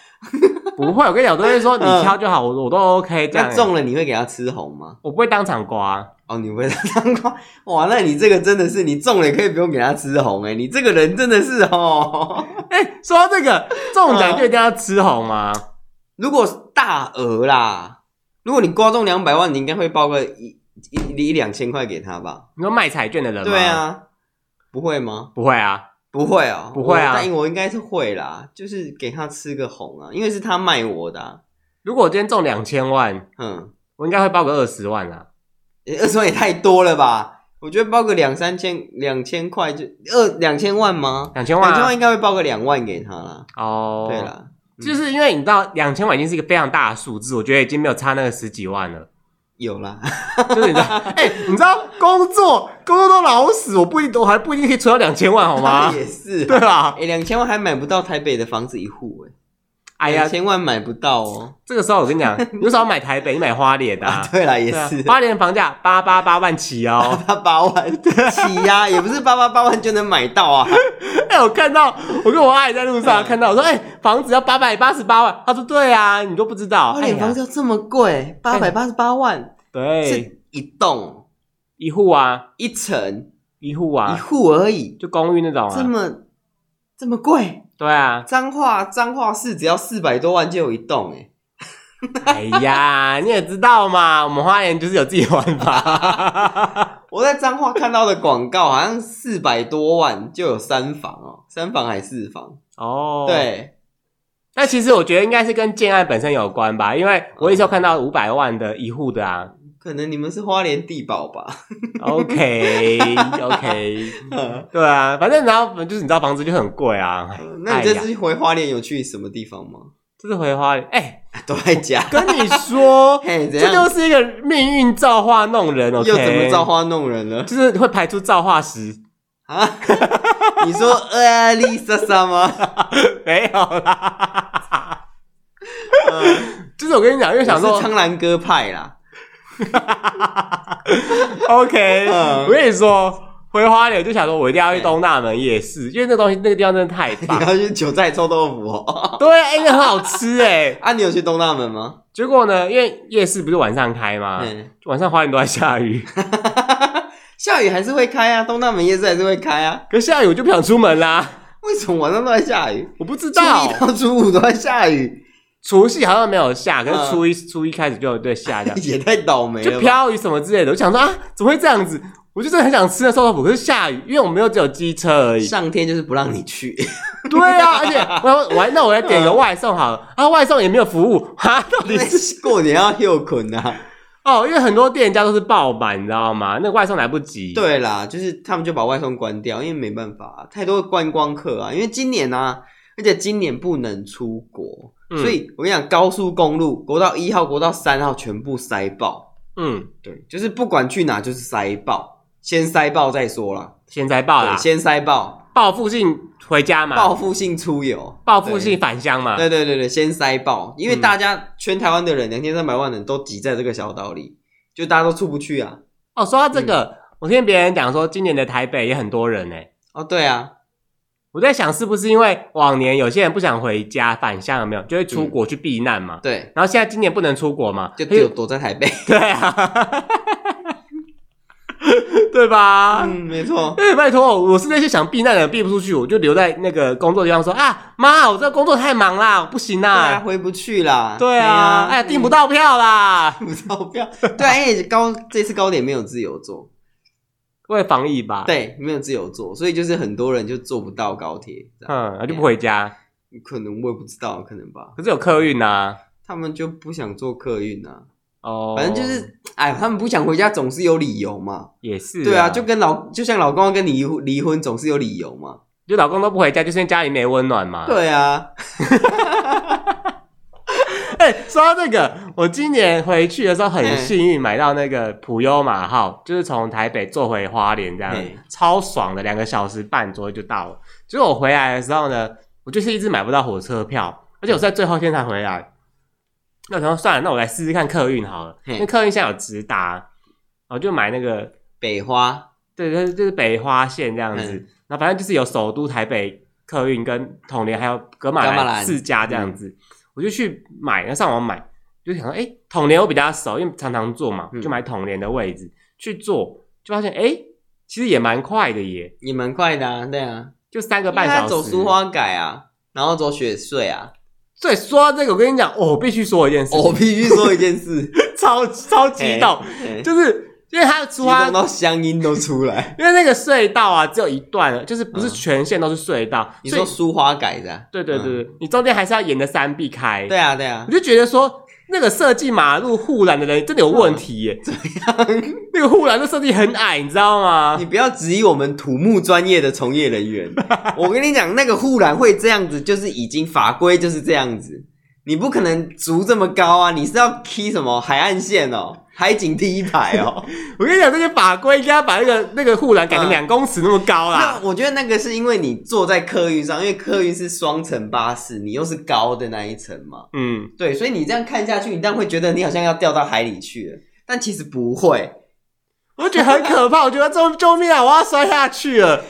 S2: 不会，我跟你讲，我都会说你
S1: 嗯
S2: 挑就好，我我都 OK 这样、欸
S1: 那中了你会给他吃红吗？
S2: 我不会当场刮。
S1: 哦，你不会当官 哇？那你这个真的是，你中了也可以不用给他吃红哎、你这个人真的是哦。
S2: 哎、说到这个中奖就一定要吃红啊吗？
S1: 如果是大额啦，如果你刮中两百万，你应该会包个一一一一两千块给他吧？
S2: 你说卖彩券的人吗？
S1: 对，啊，不会吗？
S2: 不会啊，
S1: 不会哦，
S2: 不会啊
S1: 我但我应该是会啦，就是给他吃个红啊，因为是他卖我的、啊，
S2: 如果我今天中两千万，
S1: 嗯，
S2: 我应该会包个二十万啊啦。
S1: 二十万也太多了吧？我觉得包个两三千、两千块就二两千万吗？
S2: 两千万
S1: 两
S2: 啊、
S1: 千万应该会包个两万给他啦。
S2: 哦，
S1: 对，啦，嗯
S2: 就是因为你知道两千万已经是一个非常大的数字，我觉得已经没有差那个十几万了。
S1: 有啦，
S2: 就 是你知道，哎、你知道工作工作都老死，我不一定我还不一定可以存到两千万好 吗？
S1: 也是。
S2: 对吧？
S1: 哎，两千万还买不到台北的房子一户哎，
S2: 哎
S1: 两
S2: 呀，
S1: 千万买不到哦。
S2: 这个时候我跟你讲，你为什么要买台北？你买花 莲的、
S1: 啊，对啦，也
S2: 对啊
S1: 是八
S2: 花莲房价八八八万 起哦。
S1: 八八万起呀、也不是八八八万就能买到啊。
S2: 哎、我看到，我跟我阿姨在路上
S1: 嗯
S2: 看到，我说，哎、房子要八百八十八万，她说，对啊，你都不知道，
S1: 花莲房
S2: 子、
S1: 子要这么贵，八百八十八万，
S2: 对，
S1: 是一栋
S2: 一户啊，
S1: 一层
S2: 一户
S1: 一
S2: 啊，
S1: 户而已，
S2: 就公寓那种
S1: 这
S2: 啊，
S1: 么这么贵。
S2: 对啊，
S1: 彰化彰化市只要四百多万就有一栋哎、
S2: 哎呀，你也知道嘛，我们花莲就是有自己的玩 法，
S1: 我在彰化看到的广告好像四百多万就有三房哦，三房还四房？
S2: 哦，，
S1: 对，
S2: 但其实我觉得应该是跟建案本身有关吧，因为我那时候看到五百万的一户的啊
S1: 可能你们是花莲地保 吧？
S2: ，OK OK，对啊，反正然后就是你知道房子就很贵啊，
S1: 那你这
S2: 哎呀
S1: 次回花莲有去什么地方吗？
S2: 这是回花莲，哎、
S1: 都在家。，
S2: 跟你说
S1: 嘿， 怎
S2: 这
S1: 样？
S2: 就是一个命运造化弄人，OK？
S1: 又怎么造？化弄人了
S2: 就是会排出造化 石，
S1: 啊？你说呃，丽莎莎吗？
S2: 没有啦。
S1: 嗯
S2: 就是我跟你讲，因为想
S1: 我
S2: 说
S1: 是苍兰哥派啦。
S2: ，OK，、
S1: 嗯
S2: 我跟你说，回花莲我就想说，我一定要去东大门夜
S1: 嗯
S2: 市，因为那东西那个地方真的太
S1: 你
S2: 棒。
S1: 要去韭菜臭豆腐哦？
S2: 对，哎、那很好吃哎。
S1: 啊，你有去东大门吗？
S2: 结果呢，因为夜市不是晚上开吗？
S1: 嗯，
S2: 晚上花莲都在下雨，
S1: 下雨还是会开啊，东大门夜市还是会开啊。
S2: 可是下雨我就不想出门啦。
S1: 为什么晚上都在下雨？
S2: 我不知
S1: 初
S2: 道
S1: 一，到初五都在下 雨，
S2: 除夕好像没有下，可
S1: 嗯
S2: 是初一、初一开始就有对下这样。
S1: 也太倒霉
S2: 就
S1: 了吧。
S2: 飘雨什么之类的。我想说啊，怎么会这样子？我就真的很想吃那臭豆腐，可是下雨，因为我们又只有机车 而已。
S1: 上天就是不让你 去，
S2: 对啊，而且我我还那我来点个外送好了，啊，外送也没有服务 啊，到底是
S1: 过年要休困啊。
S2: 哦，因为很多店家都是爆满，你知道吗？那个外送来不及。，
S1: 对啦，就是他们就把外送关掉，因为没办法、啊太多观光客啊。因为今年啊，而且今年不能出国，
S2: 嗯
S1: 所以我跟你讲，高速公路国道一号、国道三号全部塞爆。
S2: 嗯，
S1: 对，就是不管去哪，就是塞爆，先塞爆再说啦。
S2: 现在爆啦
S1: 对，，先塞爆，
S2: 报附近回家嘛，
S1: 报复性出游，
S2: 报复性返乡嘛。
S1: 对对对对，先塞爆，因为
S2: 嗯
S1: 大家全台湾的人两千三百万人都挤在这个小岛里，就大家都出不去啊。
S2: 哦，说到这个，我听别人讲说，今年的台北也很多人呢、
S1: 哦，对啊，
S2: 我在想，是不是因为往年有些人不想回家返乡，有没有就会
S1: 嗯
S2: 出国去避难嘛？
S1: 对，
S2: 然后现在今年不能出国嘛，
S1: 就
S2: 所以
S1: 只有躲在台北。
S2: 对啊， 对吧？
S1: 嗯，没错。
S2: 因为拜托，我是那些想避难的人，避不出去，我就留在那个工作地方说啊，妈，我这工作太忙啦，我不行
S1: 对啊，
S2: 啦，
S1: 回不去啦。
S2: 对啊，哎，订不到票啦，
S1: 订不到票。 对啊，哎，高这次高点没有自由座，
S2: 为了防疫吧，，
S1: 对，没有自由座，所以就是很多人就坐不到高铁，这样
S2: 嗯，然后就不回家，
S1: 可能我也不知道，可能吧，
S2: 可是有客运呐，
S1: 他们就不想坐客运啊，
S2: 哦，
S1: 反正就是，哎，他们不想回家总是有理由嘛，
S2: 也是，
S1: 对啊，就跟老就像老公要跟你离婚离婚总是有理由嘛，啊
S2: 就啊老公都不回家，就是因为家里没温暖嘛，，
S1: 对啊，
S2: 哎， 哎、说到这个，我今年回去的时候很幸运买到那个普悠马号，就是从台北坐回花莲这样
S1: 嗯，
S2: 超爽的，两个小时半左右就到了。结果我回来的时候呢，我就是一直买不到火车票，而且我是在最后一天才回来。那我想说算了，那我来试试看客运好了，
S1: 嘿
S2: 因为客运现在有直达，我就买那个
S1: 北花，
S2: 对，就是就是北花线这样
S1: 嗯
S2: 子。那、反正就是有首都台北客运跟统联还有格马
S1: 格马
S2: 兰
S1: 兰嗯
S2: 四家这样子，我就去买，那上网买，就想说，哎、统联我比较熟，因为常常坐嘛，
S1: 嗯
S2: 就买统联的位置、去坐，就发现哎、诶其实也蛮快的耶，
S1: 也蛮快的啊，对啊，
S2: 就三个
S1: 因为
S2: 半
S1: 他
S2: 小时。
S1: 走苏花改啊，然后走雪隧啊。
S2: 对，说到这个，我跟你讲，哦，我必须说一件事情，
S1: 哦我必须说一件 事，
S2: 超超激动，
S1: 嘿
S2: 就是因为它的
S1: 激
S2: 出发
S1: 动到乡音都出来。
S2: 因为那个隧道啊，只有一段，就是不是
S1: 嗯
S2: 全线都是隧道。
S1: 你
S2: 所以
S1: 说苏花改的啊？
S2: 对对
S1: 嗯
S2: 对，对你中间还是要沿着山避开。
S1: 对啊，对啊
S2: 我，就觉得说那个设计马路护栏的人真的有问题 耶，那个护栏的设计很矮，你知道吗
S1: 你？不要质疑我们土木专业的从业人 员。我跟你讲，那个护栏会这样子，就是已经法规就是这样子，你不可能筑这么高啊！你是要踢什么海岸线哦，海景第一排 哦？
S2: 我跟你讲，这些法规应该把那个那个护栏改成
S1: 嗯
S2: 两公尺那么高啦
S1: 那。我觉得那个是因为你坐在客运上，因为客运是双层巴士，你又是高的那一层嘛。
S2: 嗯，
S1: 对，所以你这样看下去，你当然会觉得你好像要掉到海里去了，但其实不会。
S2: 我觉得很可怕，我觉得救救命啊！我要摔下去了，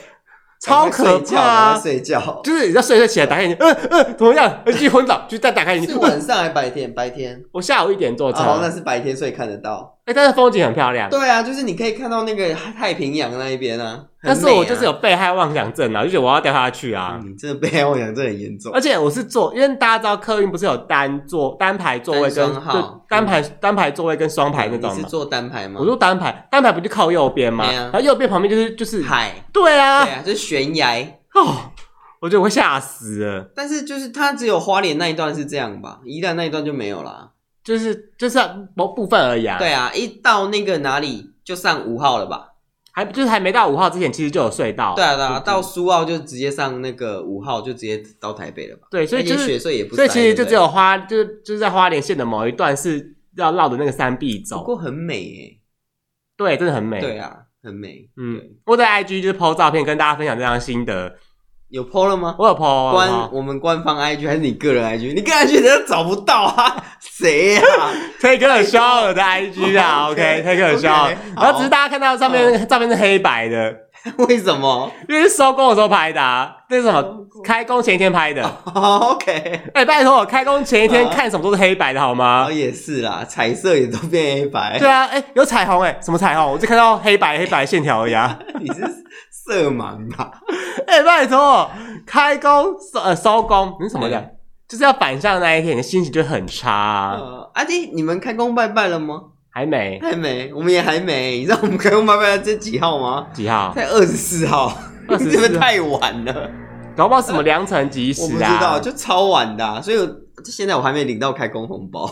S2: 超可
S1: 赶快
S2: 怕、啊。
S1: 睡觉，赶快睡
S2: 就是你在睡睡起来，打开眼睛，呃呃，怎么样？呃继续昏倒，就再打开 眼
S1: 觉。是
S2: 睛。呃
S1: 晚上还白天？白天。
S2: 我下午一点坐车，
S1: 哦，
S2: 哎、
S1: 那是白天，所以看得到。
S2: 但是风景很漂亮。
S1: 对啊，就是你可以看到那个太平洋那一边啊。
S2: 但是
S1: 很美啊
S2: 我就是有被害妄想症啊，就觉得我要掉下去啊。
S1: 嗯，你真的被害妄想症很严重。
S2: 而且我是坐，因为大家知道客运不是有单座、单排座位跟
S1: 单双号
S2: 对
S1: 嗯
S2: 单排、单排座位跟双排那种
S1: 你是
S2: 嘛。
S1: 坐单排吗？
S2: 我说单排，单排不就靠右边吗？
S1: 对啊
S2: 然后右边旁边就是就是，
S1: 海，
S2: 对啊
S1: 对，啊，就是悬崖。
S2: 哦，我觉得我会吓死了。
S1: 但是就是它只有花莲那一段是这样吧，宜兰那一段就没有啦。
S2: 就是就是某部分而已啊，
S1: 对，啊，一到那个哪里就上五号了吧？
S2: 还就是还没到五号之前，其实就有隧道，
S1: 对啊，对
S2: 哦就
S1: 啊，
S2: 是
S1: 到苏澳就直接上那个五号，就直接到台北了吧？
S2: 对，所以就
S1: 而且
S2: 是
S1: 雪隧也不
S2: 所
S1: 塞，
S2: 以其
S1: 对
S2: 实
S1: 不
S2: 就
S1: 对
S2: 只有花，就是就是在花莲县的某一段是要绕着那个山壁
S1: 不
S2: 走，
S1: 过很美诶、
S2: 对，真的很美，
S1: 对啊，很美。
S2: 嗯
S1: 对，
S2: 我在 IG 就是 PO 照片跟大家分享这张心得，
S1: 有 PO 了吗？
S2: 我有 PO 啊我有 PO
S1: 官我们官方 IG 还是你个人 IG？你个人 IG 人家找不到啊， 谁呀、
S2: 推哥很 show 的 IG 啊
S1: OK，
S2: ，OK，推哥很 show
S1: OK，。
S2: 然后只是大家看到上面那个照片是黑白的，
S1: 为什么、
S2: 因为是收工的时候拍的，啊，那是什么？开工前一天拍的。
S1: 哦 o k
S2: 哎，拜托，我开工前一天
S1: 啊
S2: 看什么都是黑白的好
S1: 然
S2: 吗
S1: 后？也是啦，彩色也都变黑白。
S2: 对啊，哎，有彩虹哎，什么彩虹？我就看到黑白黑白线条而已 啊。
S1: 你是色盲吧？
S2: 哎，拜托，开工收呃收工，你是什么的？就是要反向那一天，你的心情就很差啊。
S1: 呃，阿弟，你们开工拜拜了吗？
S2: 还没
S1: 还没，我们也还没。你知道我们开工拜拜这几号吗？
S2: 几号，
S1: 才二十四号，
S2: 24
S1: 你是 不是太晚了？
S2: 搞不好什么良辰吉
S1: 呃我不
S2: 时
S1: 知
S2: 啊
S1: 道，。就超晚的啊、所以我现在我还没领到开工红包。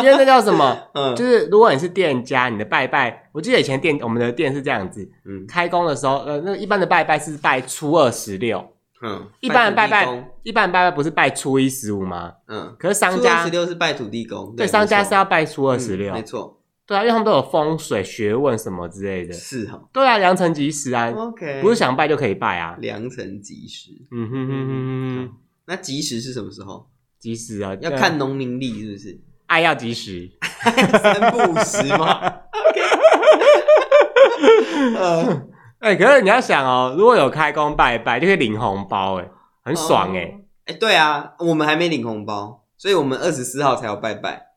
S2: 因为那叫什么？
S1: 嗯，
S2: 就是如果你是店家，你的拜拜，我记得以前店我们的店是这样子，
S1: 嗯
S2: 开工的时候，呃，那个一般的拜拜是拜初二十六，
S1: 嗯，
S2: 一般的拜
S1: 土地
S2: 拜
S1: 公，，
S2: 一般的拜拜不是拜初一十五吗？
S1: 嗯，
S2: 可是商
S1: 十
S2: 家
S1: 六是拜土地公，
S2: 对商家是
S1: 没错
S2: 要拜初二十六
S1: 嗯，没错，
S2: 对啊，因为他们都有风水学问什么之类的，
S1: 是哈。
S2: 对啊，良辰吉时啊，
S1: OK，
S2: 不是想拜就可以拜啊，
S1: 良辰吉时。
S2: 嗯哼哼哼哼哼，
S1: 那吉时是什么时候？
S2: 吉时啊，
S1: 要
S2: 呃
S1: 看农民历是不是？
S2: 爱要及时，
S1: 三不五时吗？OK，呃，
S2: 哎，可是你要想哦，如果有开工拜拜就可以领红包，哎，很爽哎。
S1: 哎，对啊，我们还没领红包，所以我们二十四号才要拜拜，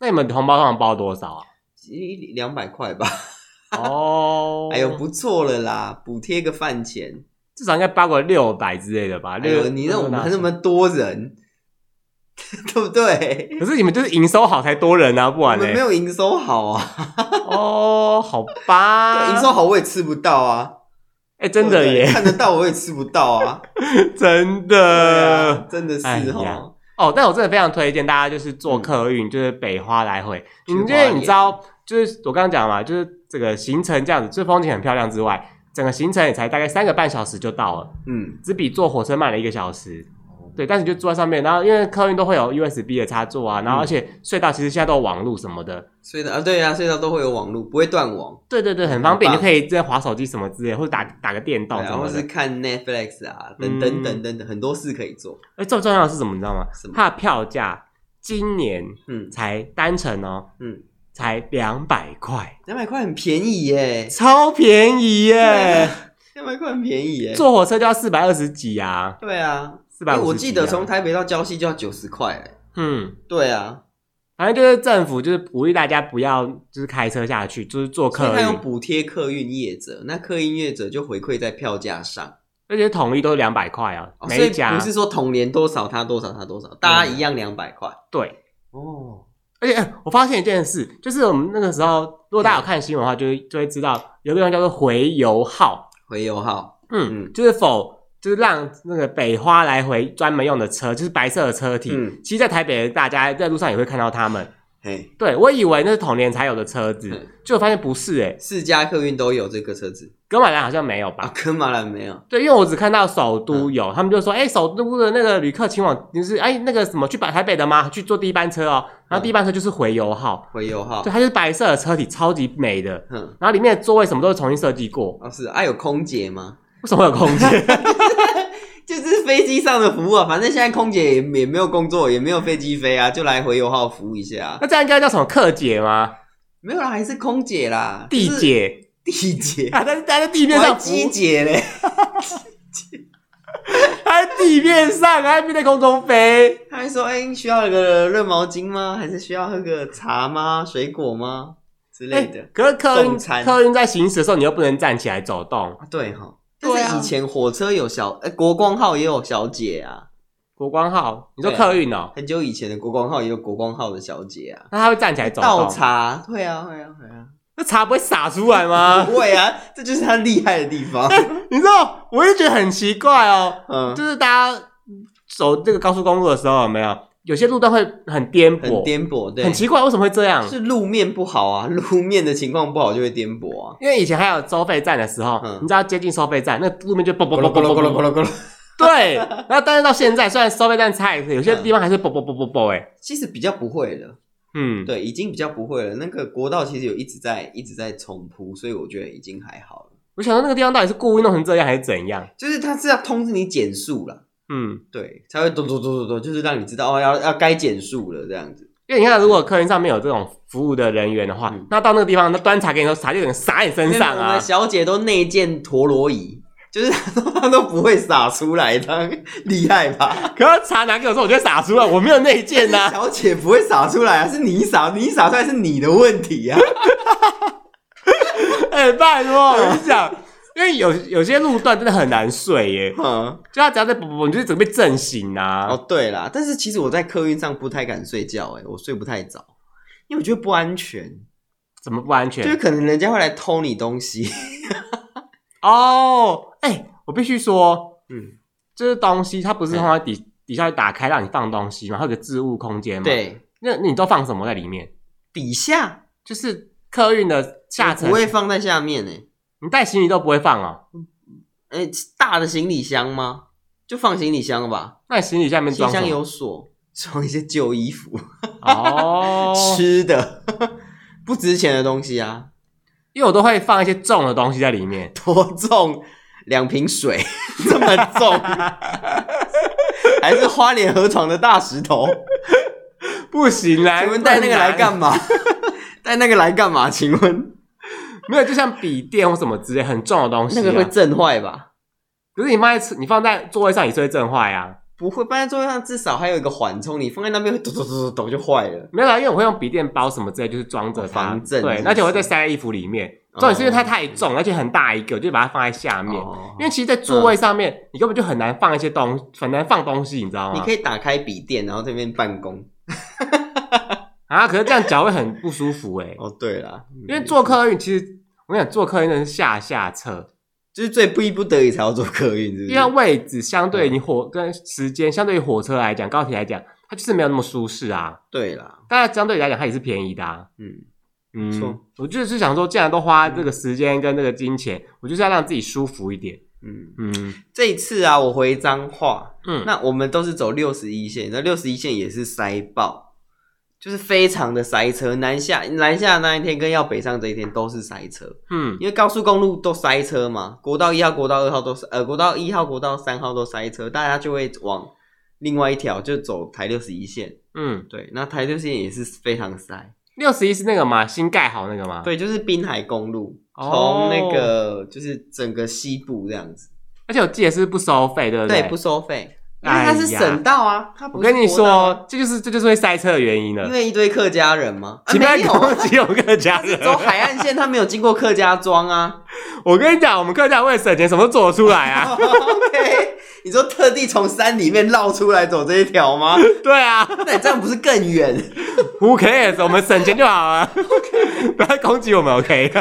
S2: 那你们红包通常包多少啊？
S1: 一两百块吧。
S2: 哦，
S1: 哎呦，不错了啦，补贴个饭钱。
S2: 至少应该包个六百之类的吧？
S1: 哎
S2: 啊六、
S1: 呦，你让我们那么多人， 对不对？
S2: 可是你们就是营收好才多人啊，不
S1: 我
S2: 然呢
S1: 们没？有营收好啊，
S2: 哦，好吧，
S1: 营收好我也吃不到啊，
S2: 哎、真的
S1: 对不对
S2: 耶，
S1: 看得到我也吃不到啊，
S2: 真
S1: 对
S2: 的
S1: 啊、真的
S2: 哎
S1: 是
S2: 呀
S1: 哦，
S2: 哦。但我真的非常推荐大家就是坐客运，就是北花来回，
S1: 去
S2: 因
S1: 花莲
S2: 为你知道，就是我刚刚讲嘛，就是这个行程这样子，这风景很漂亮之外，整个行程也才大概三个半小时就到了，
S1: 嗯，哦
S2: 只比坐火车慢了一个小时。对，但是你就坐在上面，然后因为客运都会有 USB 的插座啊，然
S1: 嗯
S2: 后而且隧道其实现在都有网络什么的，
S1: 隧道啊，对啊，隧道都会有网络，不会断网，
S2: 对对对，很方便，
S1: 很棒
S2: 你就可以在划手机什么之类，或者打打个电动
S1: 对
S2: 什
S1: 啊，
S2: 么
S1: 或
S2: 的
S1: 是。看 Netflix 啊，等
S2: 嗯
S1: 等等等等，很多事可以做。
S2: 哎，最重要的是什么，你知道吗
S1: 什？么
S2: 它的票价今年
S1: 嗯
S2: 才单程哦，
S1: 嗯，
S2: 才两百块，
S1: 两百块很便宜耶，啊
S2: 超便宜耶！
S1: 两百块很便宜耶。
S2: 坐火车就要四百二十几啊，
S1: 对啊，
S2: 四百
S1: 哎，
S2: 五。
S1: 我记得从台北到礁溪就要九十块嘞。
S2: 嗯，
S1: 对啊，
S2: 反正就是政府就是鼓励大家不要就是开车下去，就是坐
S1: 所以
S2: 客
S1: 它有
S2: 运，
S1: 补贴客运业者，那客运业者就回馈在票价上，
S2: 而且统一都是两百块啊，
S1: 哦所以
S2: 每一家
S1: 不是说统联多少他多少他多少，大家一样两百块。
S2: 对。
S1: 哦，
S2: 而且、呃我发现一件事，就是我们那个时候，如果大家有看新闻的话，就会就会知道有个地方叫做回邮号，
S1: 回邮号，
S2: 嗯，
S1: 嗯
S2: 就是否就是让那个北花来回专门用的车，就是白色的车体。
S1: 嗯
S2: 其实，在台北大家在路上也会看到他们。
S1: 嘿，
S2: 对我以为那是童年才有的车子
S1: 嗯，
S2: 就发现不是诶、
S1: 四家客运都有这个车子
S2: 哥马兰好像没有吧？
S1: 啊，科马兰没有，
S2: 对，因为我只看到首
S1: 嗯
S2: 都有，他们就说，哎、首都的那个旅客前往就是，哎、那个什么去台北的吗？去坐第一班车哦，然
S1: 嗯
S2: 后第一班车就是回邮号，
S1: 回邮号
S2: 对，，它就是白色的车体，超级美的，
S1: 哼，
S2: 然后里面的座位什么都是重新设计过，
S1: 哦是，啊有空姐吗？
S2: 为什么有空间？
S1: 就是飞机上的服务啊，反正现在空姐也也没有工作，也没有飞机飞啊，就来回邮号服务一下、啊。
S2: 那这样应该叫什么客姐吗？
S1: 没有啦，还是空姐啦，
S2: 地
S1: 就是
S2: 姐
S1: 地姐，
S2: 啊，但是在地
S1: 我
S2: 面
S1: 还
S2: 上服务，
S1: 机姐嘞，
S2: 它在地面上，还在空中飞，
S1: 他还说，哎、需要个热毛巾吗？还是需要喝个茶吗？水果吗？之类的。
S2: 哎可是客运
S1: 送餐
S2: 客运在行驶的时候，你又不能站起来走动。
S1: 啊，对哈，
S2: 对啊
S1: 但是以前火车有小，哎、国光号也有小姐啊，
S2: 国光号，你说
S1: 对啊
S2: 客运哦、
S1: 很久以前的国光号也有国光号的小姐啊。
S2: 那他会站起来走
S1: 倒
S2: 动，
S1: 茶，会啊，会啊，会啊，
S2: 那茶不会洒出来吗？
S1: 不会啊， 这就是他厉害的地方。
S2: 你知道，我就觉得很奇怪哦，
S1: 嗯，
S2: 就是大家走这个高速公路的时候，有没有有些路段会很颠簸，
S1: 很颠簸，对，
S2: 很奇怪，为什么会这样？
S1: 是路面不好啊， 路面的情况不好就会颠簸啊，
S2: 因为以前还有收费站的时候，
S1: 嗯
S2: 你知道接近收费站，那路面就啵啵
S1: 咕
S2: 啵
S1: 噜咕
S2: 啵
S1: 噜
S2: 啵
S1: 咕噜咕
S2: 啵，
S1: 噜咕噜。
S2: 对。然后但是到现在，虽然收费站差有些地方还是啵啵啵啵啵，哎，
S1: 其实比较不会了，
S2: 嗯，
S1: 对，已经比较不会了。那个国道其实有一直在一直在重铺，所以我觉得已经还好了。
S2: 我想说那个地方到底是故意弄成这样还是怎样？
S1: 就是它是要通知你减速啦，
S2: 嗯，
S1: 对，才会咚咚咚咚咚，就是让你知道哦，要要该减速了这样子。
S2: 因为你看，如果客人上面有这种服务的人员的话，
S1: 嗯
S2: 那到那个地方，那端茶给你说，茶就有人洒你身上
S1: 我
S2: 啊
S1: 们。小姐都内建陀螺仪，就是她都她都不会洒出来，她厉害吧？
S2: 可是茶拿给我说，我就傻出了，我没有内件呐、
S1: 小姐不会洒出来啊，是你洒，你洒出来是你的问题 啊。
S2: 哎、拜托，我
S1: 嗯
S2: 跟你讲，因为有有些路段真的很难睡耶，
S1: 嗯
S2: 就他只要在啵啵啵，你就是准备震醒啊。
S1: 哦，对啦，但是其实我在客运上不太敢睡觉、欸，我睡不太着，因为我觉得不安全，
S2: 怎么不安
S1: 就是
S2: 全？
S1: 可能人家会来偷你东 西。
S2: 哦，哎、我必须说，
S1: 嗯，
S2: 就是东西它不是放在底、底下打开让你放东西嘛，它有个置物空间 嘛。，
S1: 对，
S2: 那那你都放什么在里面？
S1: 底下欸
S2: 就是客运的下层
S1: 不，会放在下面呢、欸。
S2: 你带行李都不会放哦。
S1: 哎、大的行李箱吗？就放行李箱了吧，
S2: 那你行李下面
S1: 行
S2: 装
S1: 李
S2: 什
S1: 箱
S2: 么？
S1: 有锁， 装一些旧衣服、，
S2: 哦
S1: 吃的，不值钱的东西啊，
S2: 因为我都会放一些重的东西在 里面。
S1: 多重？两瓶水这么重，还是花莲河床的大石头？
S2: 不行啦，
S1: 请问带那个来干嘛？带那个来干嘛？请问
S2: 没有，就像笔电或什么之类很重的东西、
S1: 那
S2: 啊，
S1: 个会震坏吧？
S2: 可是你放在车你放在座位上，你是会震坏啊。
S1: 不会，放在桌上至少还有一个缓冲，你放在那边会抖抖抖抖抖就坏了。
S2: 没有啦，因为我会用笔电包什么之类，就是装着它，
S1: 哦防震
S2: 对
S1: 是，不是
S2: 而且我会再塞在衣服里面。
S1: 哦
S2: 重点是因为它太重，而且很大一个，我就把它放在下面。
S1: 哦
S2: 因为其实，在座位上面，你根本就很难放一些东，很难放东西，你知道吗？
S1: 你可以打开笔电，然后这边办公。
S2: 啊，可是这样脚会很不舒服哎、
S1: 哦，对啦，
S2: 因为坐客运其实。我跟你讲，坐客运真的是下下策，
S1: 就是最逼不得已才要做客运，是不
S2: 因为
S1: 是？
S2: 位置相对你火跟时间，相对于火车来讲、高铁来讲，它就是没有那么舒适啊。
S1: 对啦，
S2: 当然，相对来讲，它也是便宜的、啊。
S1: 嗯，
S2: 嗯
S1: 错，嗯
S2: 我就是想说，既然都花这个时间跟这个金钱，我就是要让自己舒服一点。
S1: 嗯，
S2: 嗯
S1: 这一次啊，我回彰化，
S2: 嗯，
S1: 那我们都是走六十一线，那六十一线也是塞爆，就是非常的塞车。南下南下那一天跟要北上这一天都是塞车，
S2: 嗯
S1: 因为高速公路都塞车嘛，国道一号、国道二号都是，呃，国道一号、国道三号都塞车，大家就会往另外一条就走台六十一线。
S2: 嗯，
S1: 对，那台六十一线也是非常塞。
S2: 六十一是那个吗？新盖好那个吗？，
S1: 对，就是滨海公路，从
S2: 哦
S1: 那个就是整个西部这样子，
S2: 而且我记得是不收费，对不对？
S1: 对，不。收费，因为
S2: 哎呀
S1: 它是省道啊，它不
S2: 我
S1: 是
S2: 跟你
S1: 国道啊，
S2: 说，这就是这就是会塞车的原因
S1: 因
S2: 了。
S1: 为一堆客家人嘛，啊
S2: 前
S1: 没
S2: 面
S1: 有
S2: 攻
S1: 啊，
S2: 击我们客家
S1: 它是
S2: 人，
S1: 走海岸线，它没有经过客家庄啊。
S2: 我跟你讲，我们客家人为了省钱，什么都做得出来啊。
S1: OK，你说特地从山里面绕出来走这一条吗？
S2: 对啊
S1: 那你这样不是更远？
S2: ，Who cares？我们省钱就好啊。 不要攻击我们，OK？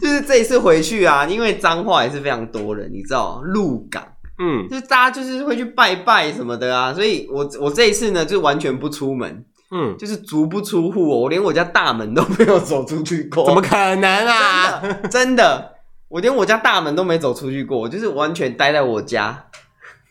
S1: 就是这一次回去啊，因为彰化也是非常多人，你知道，鹿港
S2: 嗯
S1: 就是大家就是会去拜拜什么的啊，所以我我这一次呢就完全不出门。
S2: 嗯，
S1: 就是足不出户、哦，我连我家大门都没有走出去过。
S2: 怎么可能啊？
S1: 真的？真的，我连我家大门都没走出去过，我就是完全待在我家，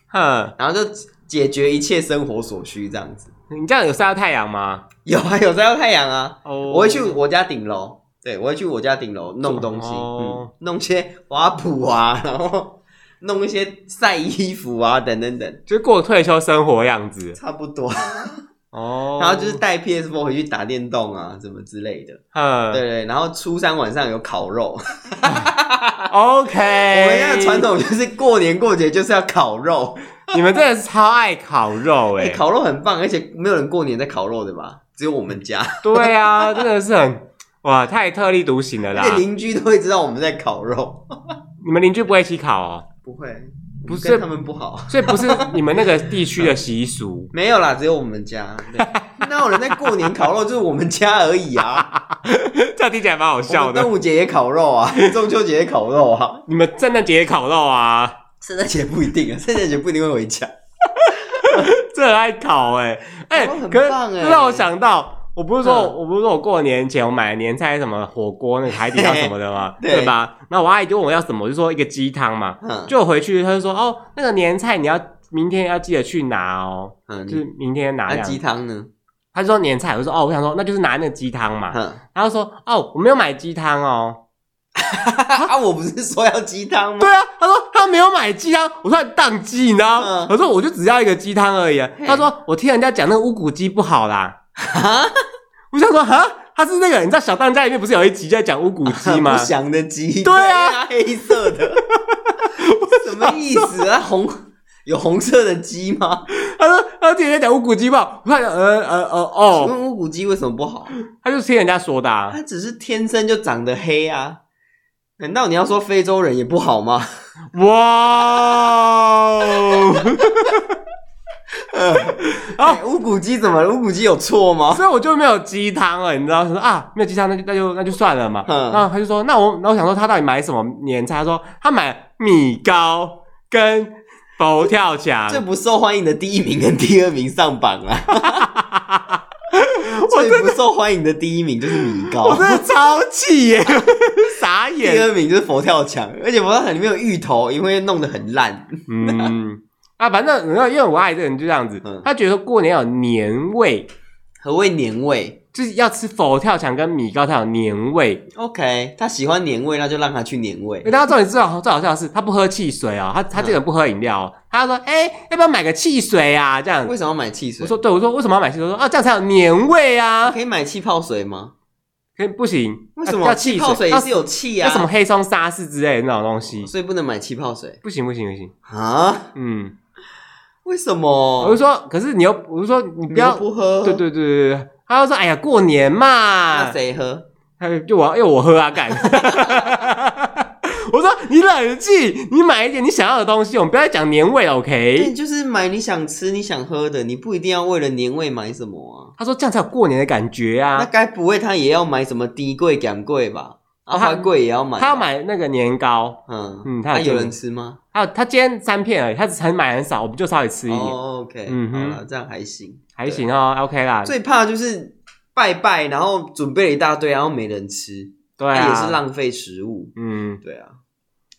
S2: 哼，
S1: 然后就解决一切生活所需这样子。
S2: 你这样有晒到太阳吗？
S1: 有啊，有晒到太阳啊！
S2: 哦
S1: 我会去我家顶楼，对我会去我家顶楼弄东西，
S2: 哦
S1: 嗯，弄些花圃啊，然后弄一些晒衣服啊，等等等，
S2: 就是过退休生活样子
S1: 差不多。
S2: 哦。
S1: 然后就是带 PS4 回去打电动啊，什么之类的。
S2: 哼
S1: 对对，然后初三晚上有烤肉。
S2: ，OK。
S1: 啊我们家的传，统就是过年过节就是要烤肉，
S2: 你们真的是超爱烤肉哎、
S1: 欸、烤肉很棒，而且没有人过年在烤肉的吧？只有我们家，
S2: 对啊，真的是很哇，太特立独行了啦
S1: 而且。邻居都会知道我们在烤肉，
S2: 你们邻居不会一起烤哦，
S1: 不会，
S2: 不是
S1: 跟他们不好，
S2: 所以不是你们那个地区的
S1: 。
S2: 习俗
S1: 没有啦，只有我们家。对那有人在过年烤肉，就是我们家而已啊。
S2: 这样听起来蛮好
S1: 我
S2: 笑
S1: 们
S2: 的
S1: 端。午节也烤肉啊，中秋节也烤肉啊，
S2: 你们圣诞节也烤肉啊，
S1: 圣诞节不一定啊， 圣诞节不一定会回家。
S2: 这很爱烤哎、哎、
S1: 烤肉很
S2: 可是
S1: 棒欸
S2: 这让我想到，我不是说、
S1: 嗯
S2: 我不是说我过年前我买了年菜什么火锅那个海底捞什么的嘛，
S1: 对
S2: 对吧？那我阿姨就问我要什么，我就说一个鸡汤嘛。
S1: 嗯，
S2: 就我回去，她就说哦，那个年菜你要明天要记得去拿哦，
S1: 嗯，
S2: 就是
S1: 你
S2: 明天拿
S1: 那
S2: 这样
S1: 鸡。汤呢？
S2: 她就说年菜，我就说哦，我想说那就是拿那个鸡汤嘛。
S1: 嗯，
S2: 然后说哦，我没有买鸡汤哦。
S1: 啊，我不是说要鸡汤吗
S2: 对？啊，她说她没有买鸡汤，我说很宕机，你知道？
S1: 嗯
S2: 我说我就只要一个鸡汤而已啊。
S1: 嘿
S2: 她说我听人家讲那个乌骨鸡不 好啦，
S1: 啊，
S2: 我想说哈，她是那个你知道小当家里面不是有一集在讲乌骨 鸡吗
S1: 不？祥的鸡，
S2: 对啊，
S1: 黑色 的，什么意思啊？红有红色的鸡吗？
S2: 她说她听人家讲乌骨鸡不好，我看呃呃呃
S1: 请
S2: 哦，
S1: 问乌骨鸡为什么不好？
S2: 她就听人家说的、啊。
S1: 它只是天生就长得黑啊，难道你要说非洲人也不好吗？
S2: 哇哦！哦
S1: 哎乌骨鸡怎么了？乌骨鸡有错吗？
S2: 所以我就没有鸡汤了，你知道？说啊，没有鸡汤，那就那就那就算了嘛。
S1: 嗯
S2: 然后他就说，那我那我想说，他到底买什么年菜？他说他买米糕跟佛跳墙。
S1: 最不受欢迎的第一名跟第二名上榜了、啊，
S2: 我
S1: 最不受欢迎的第一名就是米糕，
S2: 我真的超气耶， 傻
S1: 第
S2: 眼。
S1: 二名就是佛跳墙，而且佛跳墙里面有芋头，因为弄得很烂。
S2: 嗯。啊，反正你知道，因为我爱这个人就这样子，
S1: 嗯
S2: 他觉得过年有年味，
S1: 何谓年味？
S2: 就是要吃佛跳墙跟米糕才有年味。
S1: OK，他喜欢年味，那就让他去年味
S2: 因为。大家重点最好最好笑的是，他不喝汽水哦，他他这个人不喝饮料、哦，他说，哎、要不要买个汽水啊？这样
S1: 为什么要买汽水？
S2: 我说对，我说为什么要买汽水？我说啊，这样才有年味啊！
S1: 可以买气泡水吗？
S2: 可以不行，
S1: 为什么？
S2: 要要汽
S1: 气泡水
S2: 要
S1: 也是有气
S2: 要
S1: 啊哦
S2: 什，么黑松沙士之类的那种东西，
S1: 所以不能买气泡水
S2: 不行不行不行。
S1: 啊？
S2: 嗯，
S1: 为什
S2: 我
S1: 么
S2: 就？说，可是你又，我就说你
S1: 哦你
S2: 不要
S1: 又，不喝？
S2: 对，对对对对。他就说：“哎呀，过年嘛
S1: 那，谁喝？
S2: 他就就我，因为我喝啊，干。” 我说：“你冷静，你买一点你想要的东西，我们不要再讲年味了
S1: 对，
S2: ，OK？”
S1: 哎就是买你想吃、你想喝的，你不一定要为了年味买什么啊
S2: 他说：“这样才有过年的感觉
S1: 啊。那
S2: 啊。
S1: 该不会他也要买什么低贵、港贵吧？啊，花贵也要”买。
S2: 他要，买那个年糕，
S1: 嗯
S2: 嗯他
S1: 那
S2: 有
S1: 有人吃吗？
S2: 还有他今天三片而已，他只才买很少，我们就稍微吃一点。
S1: 哦，OK，
S2: 嗯哼
S1: 好了，这样还行。
S2: 还行哦，OK 啦，
S1: 最怕就是拜拜，然后准备了一大堆，然后没人吃。
S2: 对
S1: 那
S2: 啊，
S1: 也是浪费食物。
S2: 嗯，
S1: 对啊，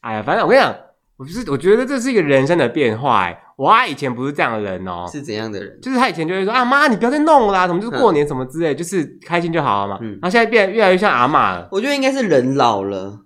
S2: 哎呀，反正我跟你讲，我就是我觉得这是一个人生的变化、哎，我妈以前不是这样的人哦、
S1: 是怎样的人？
S2: 就是她以前就会说啊妈，你不要再弄啦，什么就是过年什么之类，就是开心就好了嘛。
S1: 嗯
S2: 然后现在变得越来越像阿嬷了，
S1: 我觉得应该是人老了，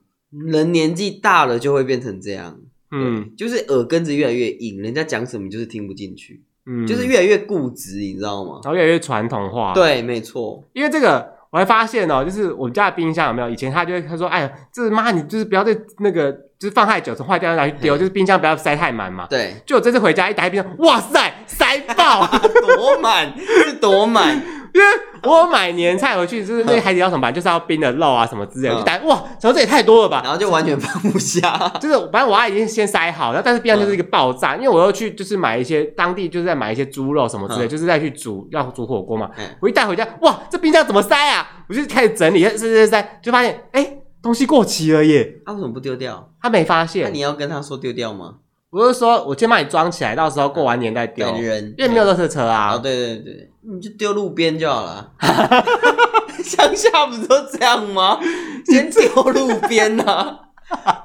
S1: 人年纪大了就会变成这样。
S2: 嗯
S1: 对，就是耳根子越来越硬，人家讲什么你就是听不进去，
S2: 嗯，哦
S1: 就是越来越固执，你知道吗？
S2: 然后越来越传统化。，
S1: 对，没错，
S2: 因为这个我还发现哦、就是我们家的冰箱有没有？以前她就会她说，哎呀，这妈你就是不要再那个，就是放太久，从坏掉拿去丢，就是冰箱不要塞太满嘛。
S1: 对，
S2: 就我这次回家一打开冰箱，哇塞，塞爆！
S1: 多满是多满，
S2: 因为我买年菜回去，就是那个海底捞什么吧，就是要冰的肉啊什么之类的，
S1: 嗯
S2: 就打哇，什么这也太多了吧。
S1: 然后就完全放不 下。啊
S2: 就是反正我阿姨已经先塞好，然后但是冰
S1: 嗯
S2: 箱就是一个爆炸，因为我又去就是买一些当地就是在买一些猪肉什么之类，
S1: 嗯
S2: 就是再去煮要煮火锅嘛。
S1: 嗯
S2: 我一带回家，哇，这冰箱怎么塞啊？我就开始整理，塞塞塞塞，就发现哎、东西过期了耶，
S1: 啊，为什么不丢掉？
S2: 他没发
S1: 那
S2: 现
S1: 你。要跟他说丢掉吗？
S2: 我就说我先帮你装起来，到时候过完年再丢，
S1: 感
S2: 因
S1: 人，
S2: 为没有垃圾车
S1: 啊，
S2: 啊。
S1: 对对对，你就丢路边就好 了。乡下不是都这样吗？先丢路边啊 呐、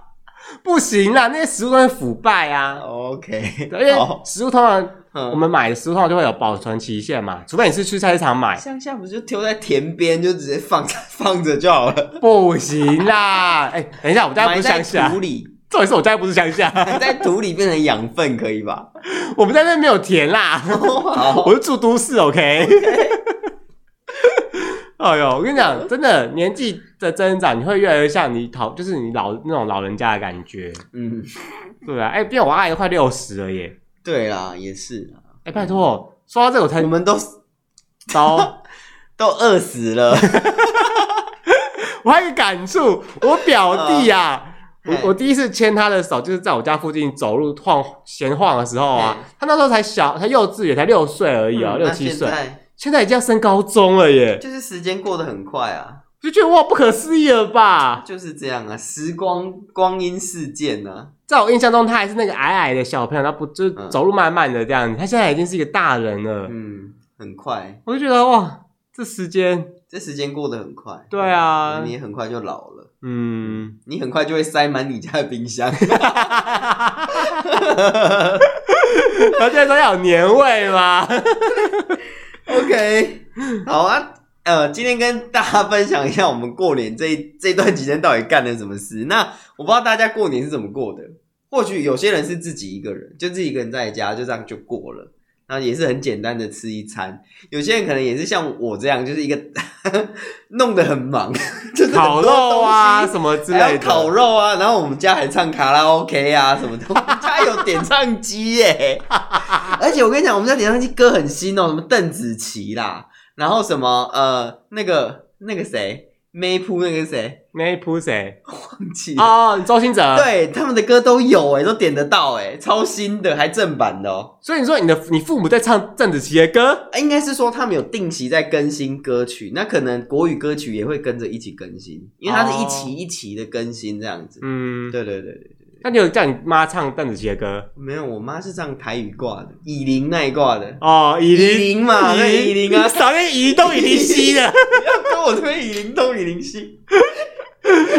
S2: 不行啦，那些食物都会腐败啊。
S1: 哦 OK，
S2: 对因为
S1: 好
S2: 食物通常我
S1: 嗯，
S2: 们买的食物通常就会有保存期限嘛，除非你是去菜市场买，
S1: 乡下不是就丢在田边，就直接放着 放着就好了。
S2: 不行啦。哎、等一下，我家不
S1: 埋
S2: 是
S1: 在
S2: 乡下
S1: 土，里，
S2: 重点是我家不是乡下，
S1: 埋在土里变成养分，可以吧？
S2: 我们在那边没有田 啦，
S1: 好，
S2: 我是住都市，OK。哎呦，我跟你讲，真的年纪的增长，你会越来越像你讨，就是你老那种老人家的感觉，
S1: 嗯，
S2: 对啊？哎、因为我阿姨都快六十了耶，
S1: 对啦，也是啊啦，
S2: 哎、拜托，说到这个我才
S1: 我嗯们都
S2: 糟。
S1: 都饿死了。
S2: 我还有一个感触，我表弟呀、啊，
S1: 嗯
S2: 我我第一次牵他的手，就是在我家附近走路晃闲晃的时候啊
S1: 嗯，
S2: 他那时候才小，才幼稚园，才六岁而已啊，
S1: 嗯
S2: 六
S1: 那
S2: 七
S1: 现
S2: 岁，
S1: 在
S2: 现在已经要升高中了耶，
S1: 就是时间过得很快啊，
S2: 就觉得哇，不可思议了吧？
S1: 就是这样啊，时光光阴似箭啊呐、
S2: 在我印象中，他还是那个矮矮的小朋友，他不就是
S1: 嗯
S2: 走路慢慢的这样子，他现在已经是一个大人了，
S1: 嗯，很快。
S2: 我就觉得哇，这时间，
S1: 这时间过得很快。
S2: 对啊
S1: 你也很快就老了，
S2: 嗯，
S1: 你很快就会塞满你家的冰箱。
S2: 然后现在说要有年 味嘛，
S1: OK，好啊。呃，今天跟大家分享一下我们过年这一这段期间到底干了什么事。那我不知道大家过年是怎么过的，或许有些人是自己一个人，就自己一个人在家，就这样就过了，那也是很简单的吃一餐。有些人可能也是像我这样，就是一个 弄得很忙，就是很
S2: 烤
S1: 多
S2: 肉啊
S1: 东西
S2: 什么之
S1: 还
S2: 类
S1: 有
S2: 的，
S1: 烤肉啊，然后我们家还唱卡拉 OK 啊什么的，我们家有点唱机耶、 而且我跟你讲，我们家点唱机歌很新哦，什么邓紫棋啦，然后什么呃那个那个谁妹扑那个谁
S2: 没扑谁？
S1: 忘记了，
S2: 哦，周星哲。，
S1: 嗯对他们的歌都有哎、都点得到哎、超新的还正版的哦。
S2: 所以你说你的你父母在唱邓紫棋的歌，
S1: 应该是说他们有定期在更新歌曲，那可能国语歌曲也会跟着一起更新，因为它是一期
S2: 哦
S1: 一期的更新这样子。
S2: 嗯，
S1: 对对对对。
S2: 那你有叫你妈唱邓紫棋的歌？
S1: 没有，我妈是唱台语挂的，以零那一挂的，
S2: 哦，以
S1: 以
S2: 零，
S1: 零嘛，对以零啊
S2: 少那以东以零西 的，
S1: 跟我这边以零东以零 西，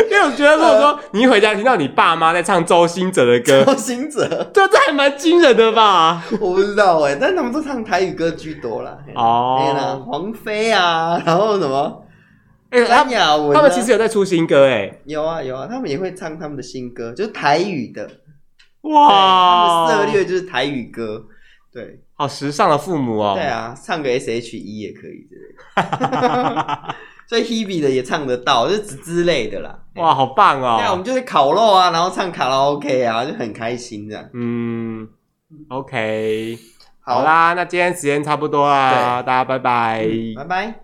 S2: 因为我觉得如果说你一回家听到你爸妈在唱周星哲的歌，
S1: 周星哲，
S2: 这这还蛮惊人的吧？
S1: 我不知道哎、但他们都唱台语歌居多啦。对啦，
S2: 哦，
S1: 黄飞啊，然后什么
S2: 哎，他
S1: 詹
S2: 们
S1: 雅文啊、
S2: 他们其实有在出新歌哎，
S1: 有啊有啊，他们也会唱他们的新歌，就是台语的，
S2: 哦哇，
S1: 对他们涉猎就是台语歌，对
S2: 好时尚的父母哦，
S1: 对，啊，唱个 S H E 也可以之类的， 所以 Hebe 的也唱得到，就是之之类的啦。
S2: 哇，好棒
S1: 对啊，我们
S2: 哦，
S1: 就是烤肉啊，然后唱卡拉 OK 啊，就很开心这样。
S2: 嗯，OK。
S1: 好
S2: 好，啦，那今天时间差不多啦，大家拜拜。
S1: 嗯拜拜。